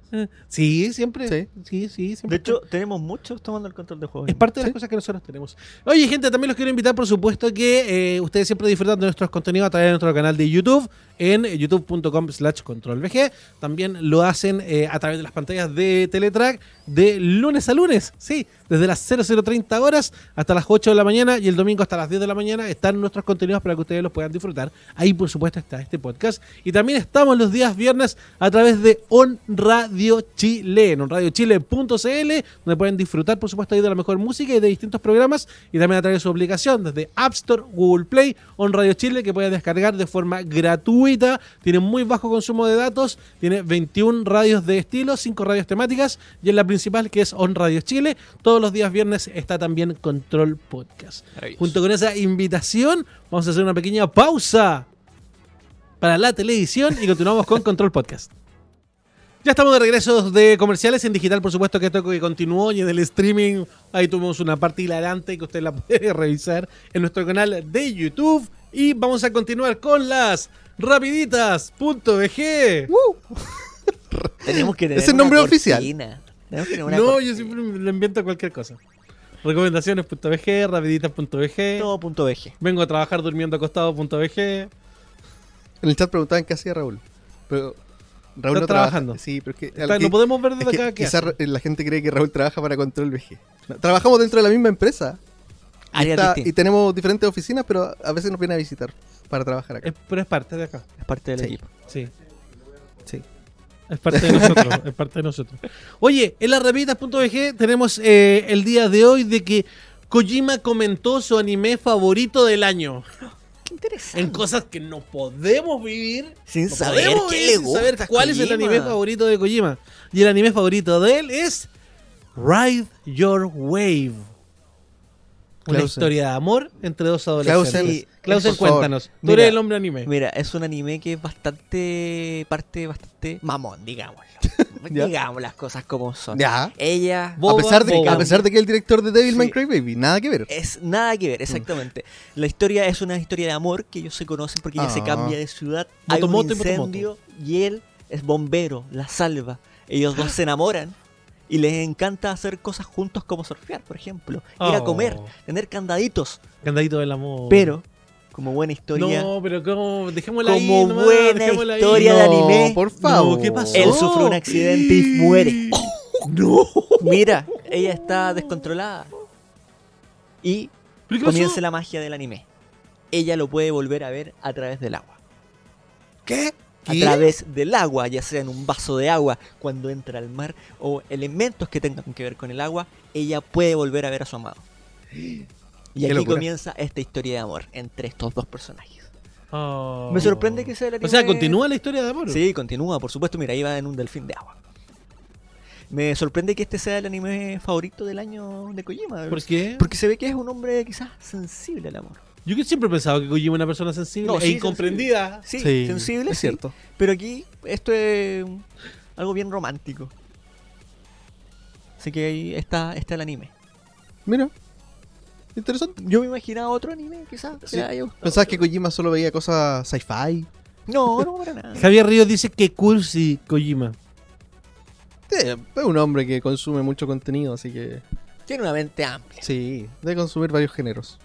S1: Sí, siempre. Sí,
S3: Sí.
S1: sí, siempre.
S4: De hecho, tenemos muchos tomando el control de juego.
S1: Es parte de las
S3: Sí.
S1: cosas que nosotros tenemos. Oye, gente, también los quiero invitar, por supuesto, que eh, ustedes siempre disfrutan de nuestros contenidos a través de nuestro canal de YouTube en youtube.com slash controlvg. También lo hacen eh, a través de las pantallas de Teletrack de lunes a lunes, sí, desde las 0030 horas hasta las 8 de la mañana y el domingo hasta las 10 de la mañana están nuestros contenidos para que ustedes los puedan disfrutar. Ahí, por supuesto, está este podcast. Y también estamos los días viernes a través de On Radio Chile, en onradiochile.cl, donde pueden disfrutar, por supuesto, ahí de la mejor música y de distintos programas. Y también a través de su aplicación, desde App Store, Google Play, On Radio Chile, que pueden descargar de forma gratuita. Tiene muy bajo consumo de datos, tiene 21 radios de estilo, 5 radios temáticas, y en la principal, que es On Radio Chile, todos los días viernes está también Control Podcast. Junto con esa invitación, vamos a hacer una pequeña pausa para la televisión y continuamos con Control Podcast. Ya estamos de regreso de comerciales en digital, por supuesto que esto que continuó y en el streaming ahí tuvimos una parte hilarante que usted la puede revisar en nuestro canal de YouTube y vamos a continuar con las rapiditas.bg.
S4: Uh, Tenemos que tener
S3: Es el nombre
S4: una
S3: oficial.
S4: cortina. Tenemos que tener una
S1: No,
S4: cortina.
S1: yo siempre le invento cualquier cosa. Recomendaciones.bg, rapiditas.bg.
S4: Todo punto VG.
S1: Vengo a trabajar durmiendo acostado.bg.
S3: En el chat preguntaban qué hacía Raúl. Pero
S1: Está
S3: Raúl no trabaja.
S1: trabajando.
S3: Sí, pero es que,
S1: Está-
S3: al-
S1: Lo podemos ver
S3: es
S1: desde
S3: que
S1: acá. ¿qué
S3: quizá
S1: hace?
S3: Ra- la gente cree que Raúl trabaja para Control VG. No, trabajamos dentro de la misma empresa
S4: Área
S3: Está- y
S4: distinta.
S3: tenemos diferentes oficinas, pero a- a veces nos viene a visitar para trabajar acá.
S1: Es- pero es parte de acá.
S4: Es parte del
S3: Sí.
S4: equipo.
S1: Sí.
S3: Sí.
S1: Es parte de nosotros, es parte de nosotros. Oye, en las revistas.bg tenemos eh, el día de hoy de que Kojima comentó su anime favorito del año.
S4: Qué interesante.
S1: En cosas que no podemos vivir.
S4: Sin
S1: no
S4: saber
S1: podemos
S4: qué
S1: vivir
S4: le
S1: sin
S4: gusta
S1: saber
S4: a
S1: cuál es el
S4: Kojima.
S1: anime favorito de Kojima. Y el anime favorito de él es Ride Your Wave. Una
S3: Clausen.
S1: historia de amor entre dos adolescentes.
S3: Clausen,
S1: Clausen,
S3: por favor.
S1: cuéntanos. Tú
S4: Mira,
S1: eres el hombre anime.
S4: Mira, es un anime que es bastante. parte bastante mamón, digámoslo.
S3: Ya.
S4: digamos las cosas como son.
S3: Ya.
S4: Ella
S1: Boba,
S3: a, pesar de,
S1: boba.
S3: a pesar de que el director de Devil May
S4: Sí.
S3: Cry Baby, nada que ver.
S4: es nada que ver, exactamente.
S1: Mm.
S4: La historia es una historia de amor que ellos se conocen porque ella se
S3: Ah.
S4: cambia de ciudad, hay
S1: Motomoto
S4: un
S1: y Motomoto.
S4: incendio y él es bombero, la salva. Ellos dos se enamoran y les encanta hacer cosas juntos como surfear, por ejemplo, ir a
S1: Oh.
S4: comer, tener candaditos,
S1: Candadito del amor.
S4: pero como buena historia
S1: No, pero como, dejémosla ahí.
S4: Como
S1: nomás,
S4: buena
S1: dejémosla ahí.
S4: historia de anime,
S3: No, por
S1: No,
S3: favor.
S1: ¿qué pasó?
S4: él sufre un accidente y muere.
S1: No.
S4: Mira, ella está descontrolada. Y
S1: ¿Pero qué
S4: comienza
S1: pasó?
S4: la magia del anime. Ella lo puede volver a ver a través del agua.
S3: ¿Qué?
S4: a
S3: ¿Qué?
S4: través del agua, ya sea en un vaso de agua cuando entra al mar o elementos que tengan que ver con el agua, ella puede volver a ver a su amado. Y
S3: Qué
S4: aquí
S3: locura.
S4: comienza esta historia de amor entre estos dos personajes.
S1: Oh.
S4: Me sorprende que sea el
S1: O sea,
S4: anime-
S1: continúa la historia de amor.
S4: Sí, continúa, por supuesto, mira, ahí va en un delfín de agua. Me sorprende que este sea el anime favorito del año de Kojima.
S1: ¿Por qué?
S4: Porque se ve que es un hombre quizás sensible al amor.
S1: Yo que siempre he pensado que Kojima es una persona sensible
S4: No,
S1: e
S4: sí,
S1: incomprendida.
S4: Sí,
S3: Sí,
S4: sensible.
S3: es
S4: sí.
S3: cierto.
S4: Pero aquí esto es algo bien romántico. Así que ahí está, está el anime.
S3: Mira. Interesante.
S4: Yo me imaginaba otro anime, quizás. que
S3: Sí.
S4: le haya gustado.
S3: Pensabas que Kojima solo veía cosas sci-fi.
S4: No, no, para nada.
S1: Javier Ríos dice que cursi Kojima.
S3: Sí, es un hombre que consume mucho contenido, así que.
S4: Tiene una mente amplia.
S3: Sí, debe consumir varios géneros.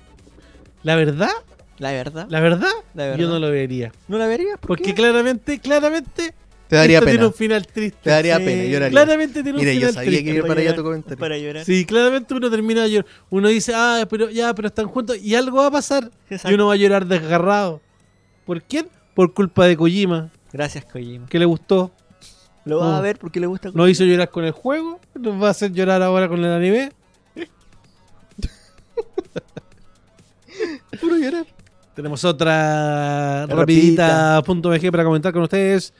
S1: La verdad,
S4: La verdad.
S1: la verdad,
S4: La verdad.
S1: yo no lo vería.
S4: ¿No la verías? ¿Por
S1: Porque
S4: qué?
S1: claramente, claramente,
S3: Te daría
S1: esto tiene
S3: pena.
S1: un final triste.
S3: Te daría
S4: Sí,
S3: pena, lloraría.
S1: Claramente tiene un
S3: Mira,
S1: final
S3: yo sabía
S1: triste.
S3: que iba para allá tu comentario.
S4: Para llorar.
S1: Sí, claramente uno termina llorando. Uno dice, ah, pero ya, pero están juntos y algo va a pasar.
S4: Exacto.
S1: Y uno va a llorar desgarrado. ¿Por quién? Por culpa de Kojima,
S4: Gracias, Kojima.
S1: que le gustó.
S4: Lo vas
S1: No.
S4: a ver porque le gusta
S1: Nos hizo llorar con el juego, nos va a hacer llorar ahora con el anime.
S3: Puro llorar.
S1: Tenemos otra
S4: Rapidita.
S1: rapidita.bg para comentar con ustedes.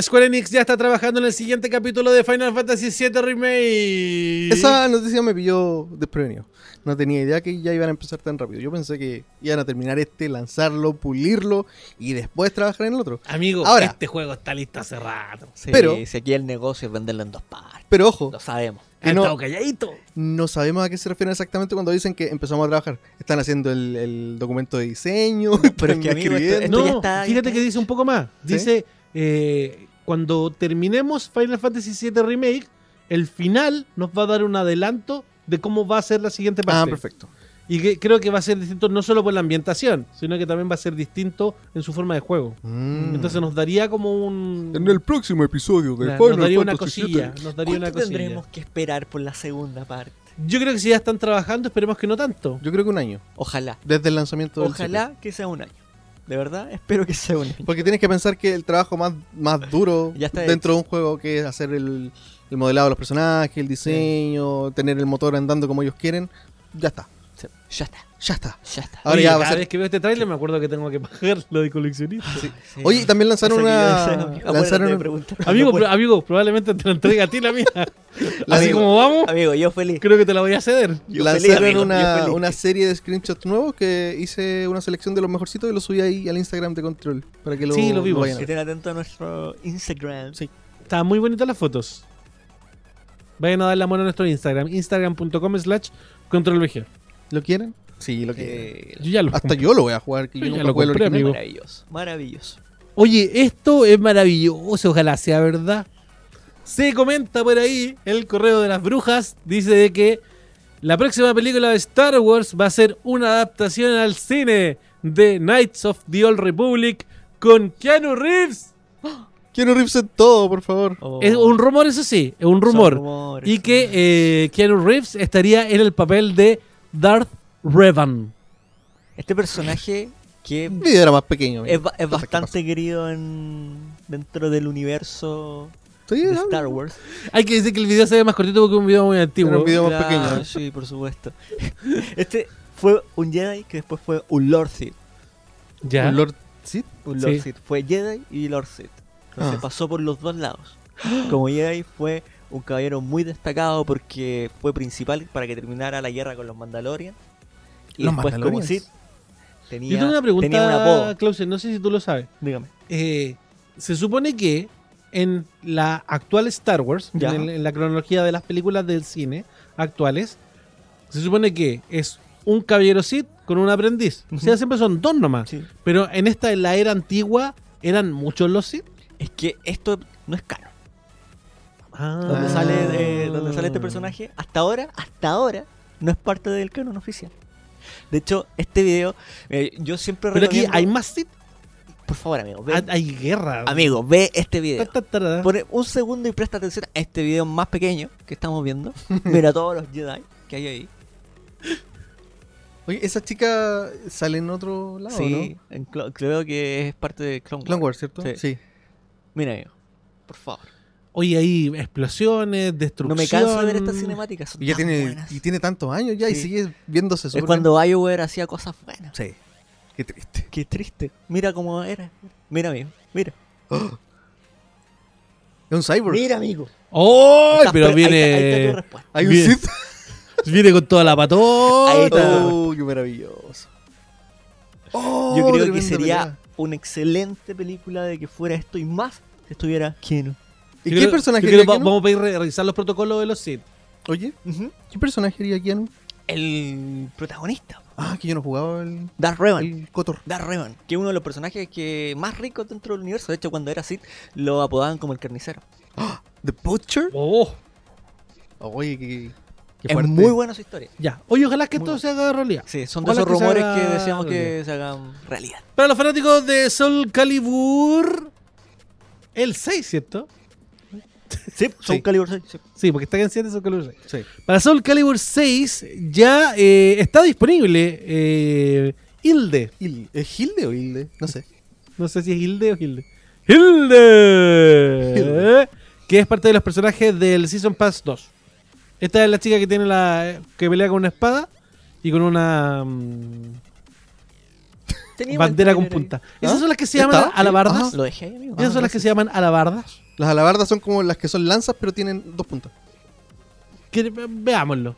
S1: Square Enix ya está trabajando en el siguiente capítulo de Final Fantasy VII Remake.
S3: Esa noticia me pilló desprevenido. No tenía idea que ya iban a empezar tan rápido. Yo pensé que iban a terminar este, lanzarlo, pulirlo y después trabajar en el otro.
S1: Amigo,
S3: Ahora.
S1: este juego está listo hace rato.
S4: Sí,
S3: pero-
S4: Si aquí el negocio es venderlo en dos partes.
S3: Pero ojo,
S4: Lo sabemos.
S1: Ha
S3: No.
S1: estado calladito.
S3: no sabemos a qué se refieren exactamente cuando dicen que empezamos a trabajar. Están haciendo el, el documento de diseño,
S4: pero es
S3: están
S4: que, amigo, esto-
S3: escribiendo.
S1: No,
S4: ya está- ya
S1: fíjate
S4: está
S1: que
S4: hecho.
S1: dice un poco más.
S3: ¿Sí?
S1: Dice, eh, cuando terminemos Final Fantasy VII Remake, el final nos va a dar un adelanto de cómo va a ser la siguiente parte.
S3: Ah, perfecto.
S1: Y que, creo que va a ser distinto no solo por la ambientación, sino que también va a ser distinto en su forma de juego.
S3: Mm.
S1: Entonces nos daría como un...
S3: próximo episodio
S1: Claro, nos daría una cosilla. Nos daría una
S4: ¿Cuánto
S1: cosilla.
S4: tendremos que esperar por la segunda parte?
S1: Yo creo que si ya están trabajando, esperemos que no tanto.
S3: Yo creo que un año,
S4: Ojalá.
S3: desde el lanzamiento del CD.
S4: Ojalá que sea un año. De verdad, espero que sea un año.
S3: Porque tienes que pensar que el trabajo más, más duro
S4: Ya está
S3: dentro de un juego que es hacer el, el modelado de los personajes, el diseño, tener el motor andando como ellos quieren, ya está,
S4: Sí, Ya está,
S3: ya está.
S4: ya está.
S3: Ahora
S1: Oye,
S3: ya va a
S1: cada
S3: ser-
S1: vez que veo este tráiler me acuerdo que tengo que pagar lo de coleccionista.
S4: Sí.
S3: Oye, y también lanzaron
S4: Eh, Esa que
S3: una-
S4: yo decía, amigo.
S3: lanzaron-
S4: Acuérdate de preguntar.
S1: Amigo,
S4: Bueno,
S1: pro- amigo, probablemente te la entregue a ti la mía. Así
S3: Amigo.
S1: como vamos,
S4: amigo, yo feliz.
S1: creo que te la voy a ceder.
S4: Yo
S3: Lanzaron
S4: feliz, amigo, yo
S3: una,
S4: feliz.
S3: una serie de screenshots nuevos que hice una selección de los mejorcitos y lo subí ahí al Instagram de Control para que lo,
S1: Sí, lo vimos.
S3: vayan a ver.
S4: Estén atentos a nuestro Instagram.
S3: Sí.
S1: Estaban muy bonitas las fotos. Vayan a darle amor a nuestro Instagram, instagram.com slash controlvg.
S3: ¿Lo quieren? Sí, lo quieren.
S4: Eh,
S1: Yo ya lo
S3: Hasta yo lo voy a jugar, que
S1: Yo
S3: yo,
S1: ya
S3: nunca
S1: lo
S3: jugué el
S1: compré,
S3: original.
S1: amigo.
S4: maravilloso, maravilloso.
S1: Oye, esto es maravilloso, ojalá sea verdad. Se comenta por ahí el correo de las brujas, dice de que la próxima película de Star Wars va a ser una adaptación al cine de Knights of the Old Republic con Keanu Reeves.
S3: Quiero rips en todo, por favor.
S4: Oh,
S1: Es un rumor, eso sí, es un
S4: son
S1: rumor.
S4: rumores,
S1: Y
S4: son
S1: que
S4: rumores.
S1: eh, Keanu Reeves estaría en el papel de Darth Revan.
S4: Este personaje que
S3: El video era más pequeño. amigo.
S4: es, ba- es
S3: Cosas que
S4: bastante querido en, dentro del universo
S3: Sí,
S4: de
S3: era-
S4: Star Wars.
S1: Hay que decir que el video se ve más cortito porque es un video muy antiguo.
S3: Era un video más
S4: Claro,
S3: pequeño.
S4: Sí, por supuesto. Este fue un Jedi que después fue un Lord Sith.
S1: Ya.
S3: Un Lord Sith.
S4: Un Lord
S1: Sí.
S4: Sith. Fue Jedi y Lord Sith. Entonces
S3: Ah.
S4: pasó por los dos lados. Como Jedi fue un caballero muy destacado porque fue principal para que terminara la guerra con los Mandalorian. Y
S3: Los
S4: después como
S3: Mandalorians.
S4: Sith
S1: Yo
S4: tenía,
S1: tengo una
S4: tenía un
S1: pregunta,
S4: apodo.
S1: Clausen, no sé si tú lo sabes.
S4: Dígame.
S1: Eh, se supone que en la actual Star Wars,
S4: Ya.
S1: en, el- en la cronología de las películas del cine actuales, se supone que es un caballero Sith con un aprendiz. O sea,
S4: Ujú.
S1: siempre son dos nomás.
S4: Sí.
S1: Pero en esta, en la era antigua, eran muchos los Sith.
S4: Es que esto no es caro. Donde,
S3: Ah.
S4: sale, eh, donde sale
S1: Ah.
S4: este personaje, hasta ahora, hasta ahora, no es parte del canon oficial. De hecho, este video, eh, yo siempre
S1: Pero aquí
S4: recomiendo-
S1: hay más Sith,
S4: Por favor, amigo, ve,
S1: hay, hay guerra.
S4: amigo, ve este video.
S1: Ta, ta, tarara.
S4: Pone un segundo y presta atención a este video más pequeño que estamos viendo. Mira todos los Jedi que hay ahí.
S3: Oye, esa chica sale en otro lado,
S4: sí, en Clo- creo que es parte de Clone
S3: ¿no?
S4: Wars.
S3: Clone Wars, ¿cierto?
S4: Sí. Mira, amigo, por favor.
S1: Oye, hay explosiones,
S4: No
S1: destrucción.
S4: me canso de ver estas cinemáticas. son
S3: Y ya
S4: tan
S3: tiene,
S4: buenas.
S3: y tiene tantos años ya y
S4: Sí.
S3: sigue viéndose
S4: Es
S3: súper
S4: cuando BioWare hacía cosas buenas.
S3: bien. Sí. Qué triste.
S4: Qué triste. Mira cómo era. Mira, amigo. Mira.
S3: Es un cyborg.
S2: Mira, amigo.
S1: ¡Oh!
S2: Estás
S1: Pero
S2: pre- Ahí, está- ahí está tu
S1: viene.
S2: respuesta.
S3: Hay un
S1: Bien.
S3: Sith.
S1: Viene con toda la
S2: Ahí está.
S1: patota.
S3: Oh, qué maravilloso. Oh,
S4: Yo creo que
S3: tremenda
S4: sería
S3: pelea.
S4: una excelente película de que fuera esto y más si estuviera Keanu.
S3: ¿Y
S1: Yo
S3: qué
S1: creo-
S3: personaje
S1: yo creo
S3: haría
S1: va-
S3: Keanu?
S1: Vamos a pedir re- revisar los protocolos de los Sith.
S3: Oye, ¿qué personaje haría Keanu?
S4: El protagonista,
S3: Ah, que yo no jugaba el,
S4: Darth Revan.
S3: el Cotor.
S4: Darth Revan, que es uno de los personajes que más ricos dentro del universo. De hecho, cuando era Sid, lo apodaban como el carnicero.
S3: ¿The Butcher?
S1: Oh,
S3: Oye, qué, qué
S4: Es
S3: fuerte.
S4: muy buena su historia.
S1: ya. Oye, ojalá que
S4: Muy
S1: esto
S4: bueno.
S1: se haga realidad.
S4: Sí, son de
S1: Ojalá
S4: esos
S1: que se
S4: rumores
S1: haga
S4: que deseamos que
S1: realidad.
S4: se hagan realidad.
S1: Para los fanáticos de Soul Calibur, el 6, ¿cierto?
S4: Sí, son
S1: Sí.
S4: Calibur 6. sí.
S1: Sí, porque está en 7 Soul Calibur 6.
S3: Sí.
S1: Para Soul Calibur 6 ya eh, está disponible eh, Hilde.
S3: Il- ¿Es Hilde o Hilde? No sé.
S1: No sé si es Hilde o Hilde. ¡Hilde!
S3: Hilde.
S1: Que es parte de los personajes del Season Pass 2. Esta es la chica que tiene la. que pelea con una espada y con una. mm,
S4: Teníamos
S1: bandera
S4: el
S1: con
S4: trailer ahí.
S1: punta. Esas
S3: ¿Ah?
S1: son las que se
S3: ¿Ya
S1: llaman
S3: está? Sí.
S1: alabardas.
S4: Lo dejé ahí, amigo. Ah,
S1: Esas son las que se llaman alabardas.
S3: Las alabardas son como las que son lanzas, pero tienen dos puntas.
S1: Que- veámoslo.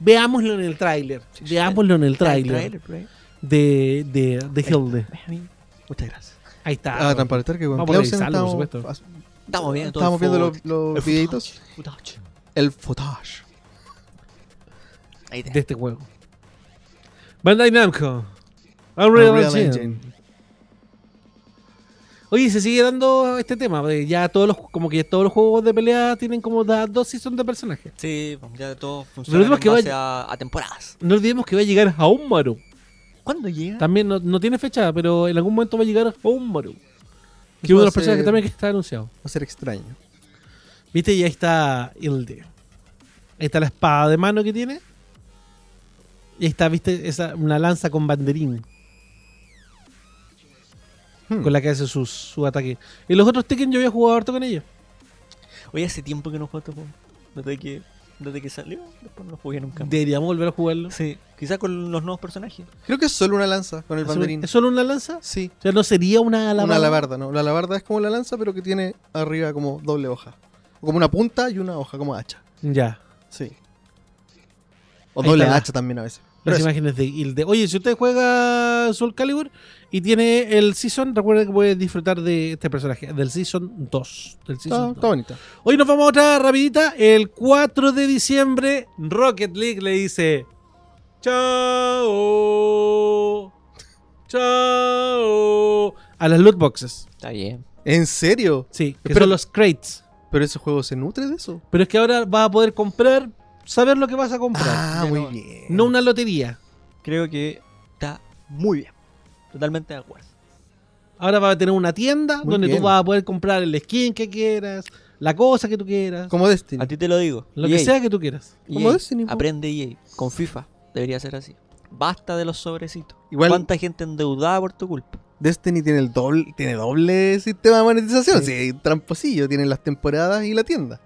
S1: Veámoslo en el tráiler. Veámoslo en el
S4: Está el
S1: tráiler
S4: por ahí.
S1: de, de, de Hilde.
S4: Ves, amigo. Muchas gracias.
S1: Ahí está.
S3: Ah, tan para estar que con
S1: Vamos a
S3: Clausen
S1: revisarlo, por
S3: estamos,
S1: supuesto.
S3: as-
S4: Estamos viendo todo el
S3: estábamos viendo
S4: fútbol.
S3: los, los
S4: El
S3: videitos.
S4: footage, footage.
S3: El footage.
S4: Ahí
S1: de
S4: te.
S1: este juego. Bandai Namco. Unreal,
S3: Unreal
S1: Engine.
S3: Engine.
S1: Oye, se sigue dando este tema. de Ya todos los, como que todos los juegos de pelea tienen como da- dos seasons de personajes.
S4: Sí, pues, ya todo
S1: Lo
S4: funciona en
S1: último que va-
S4: base a, a temporadas.
S1: No olvidemos que va a llegar Haunmaru.
S4: ¿Cuándo llega?
S1: También no, no tiene fecha, pero en algún momento va a llegar Haunmaru. Que es
S3: Va
S1: uno
S3: a
S1: de los personajes que
S3: ser-
S1: también que está anunciado.
S3: Va a ser extraño.
S1: Viste, y ahí está Ilde. Ahí está la espada de mano que tiene. Y ahí está, viste, esa, una lanza con banderín.
S3: Hmm.
S1: Con la que hace su, su ataque. Y los otros Tekken yo había jugado harto con ellos.
S4: Oye, hace tiempo que no juego este juego. Desde que, desde que salió, después no lo jugué nunca. más.
S1: Deberíamos volver a jugarlo.
S4: Sí, quizá con los nuevos personajes.
S3: Creo que es solo una lanza con el
S1: ¿Es
S3: banderín.
S1: solo- ¿Es solo una lanza?
S3: Sí.
S1: O sea, no sería una alabarda.
S3: Una alabarda, ¿no? La alabarda es como la lanza, pero que tiene arriba como doble hoja. O como una punta y una hoja, como hacha.
S1: Ya.
S3: Sí. O
S1: Ahí
S3: doble
S1: está la-
S3: hacha también a veces. Pero
S1: Las
S3: eso,
S1: imágenes de Hilde. Oye, si usted juega Soul Calibur y tiene el Season, recuerde que puede disfrutar de este personaje, del Season 2. Del
S3: está,
S1: season
S3: Ah, está
S1: 2.
S3: bonita.
S1: Hoy nos vamos a otra rapidita. El 4 de diciembre, Rocket League le dice... Chao. Chao. A las loot boxes.
S4: Está bien.
S3: ¿En serio?
S1: Sí, que
S3: Pero-
S1: son los crates.
S3: ¿Pero ese juego se nutre de eso?
S1: Pero es que ahora vas a poder comprar, saber lo que vas a comprar.
S3: Ah,
S4: Ya
S3: muy
S4: no-
S3: bien.
S1: No una lotería.
S4: Creo que está muy bien. Totalmente de acuerdo.
S1: Ahora vas a tener una tienda
S3: Muy
S1: donde
S3: bien.
S1: tú vas a poder comprar el skin que quieras, la cosa que tú quieras,
S3: Como Destiny.
S4: A ti te lo digo.
S1: lo
S4: EA,
S1: que sea que tú quieras.
S4: EA,
S3: como Destiny, po.
S4: Aprende EA. Con FIFA debería ser así. Basta de los sobrecitos.
S3: Igual-
S4: ¿Cuánta gente endeudada por tu culpa?
S3: Destiny tiene el doble, tiene doble sistema de monetización. Sí, tramposillo, tiene las temporadas y la tienda.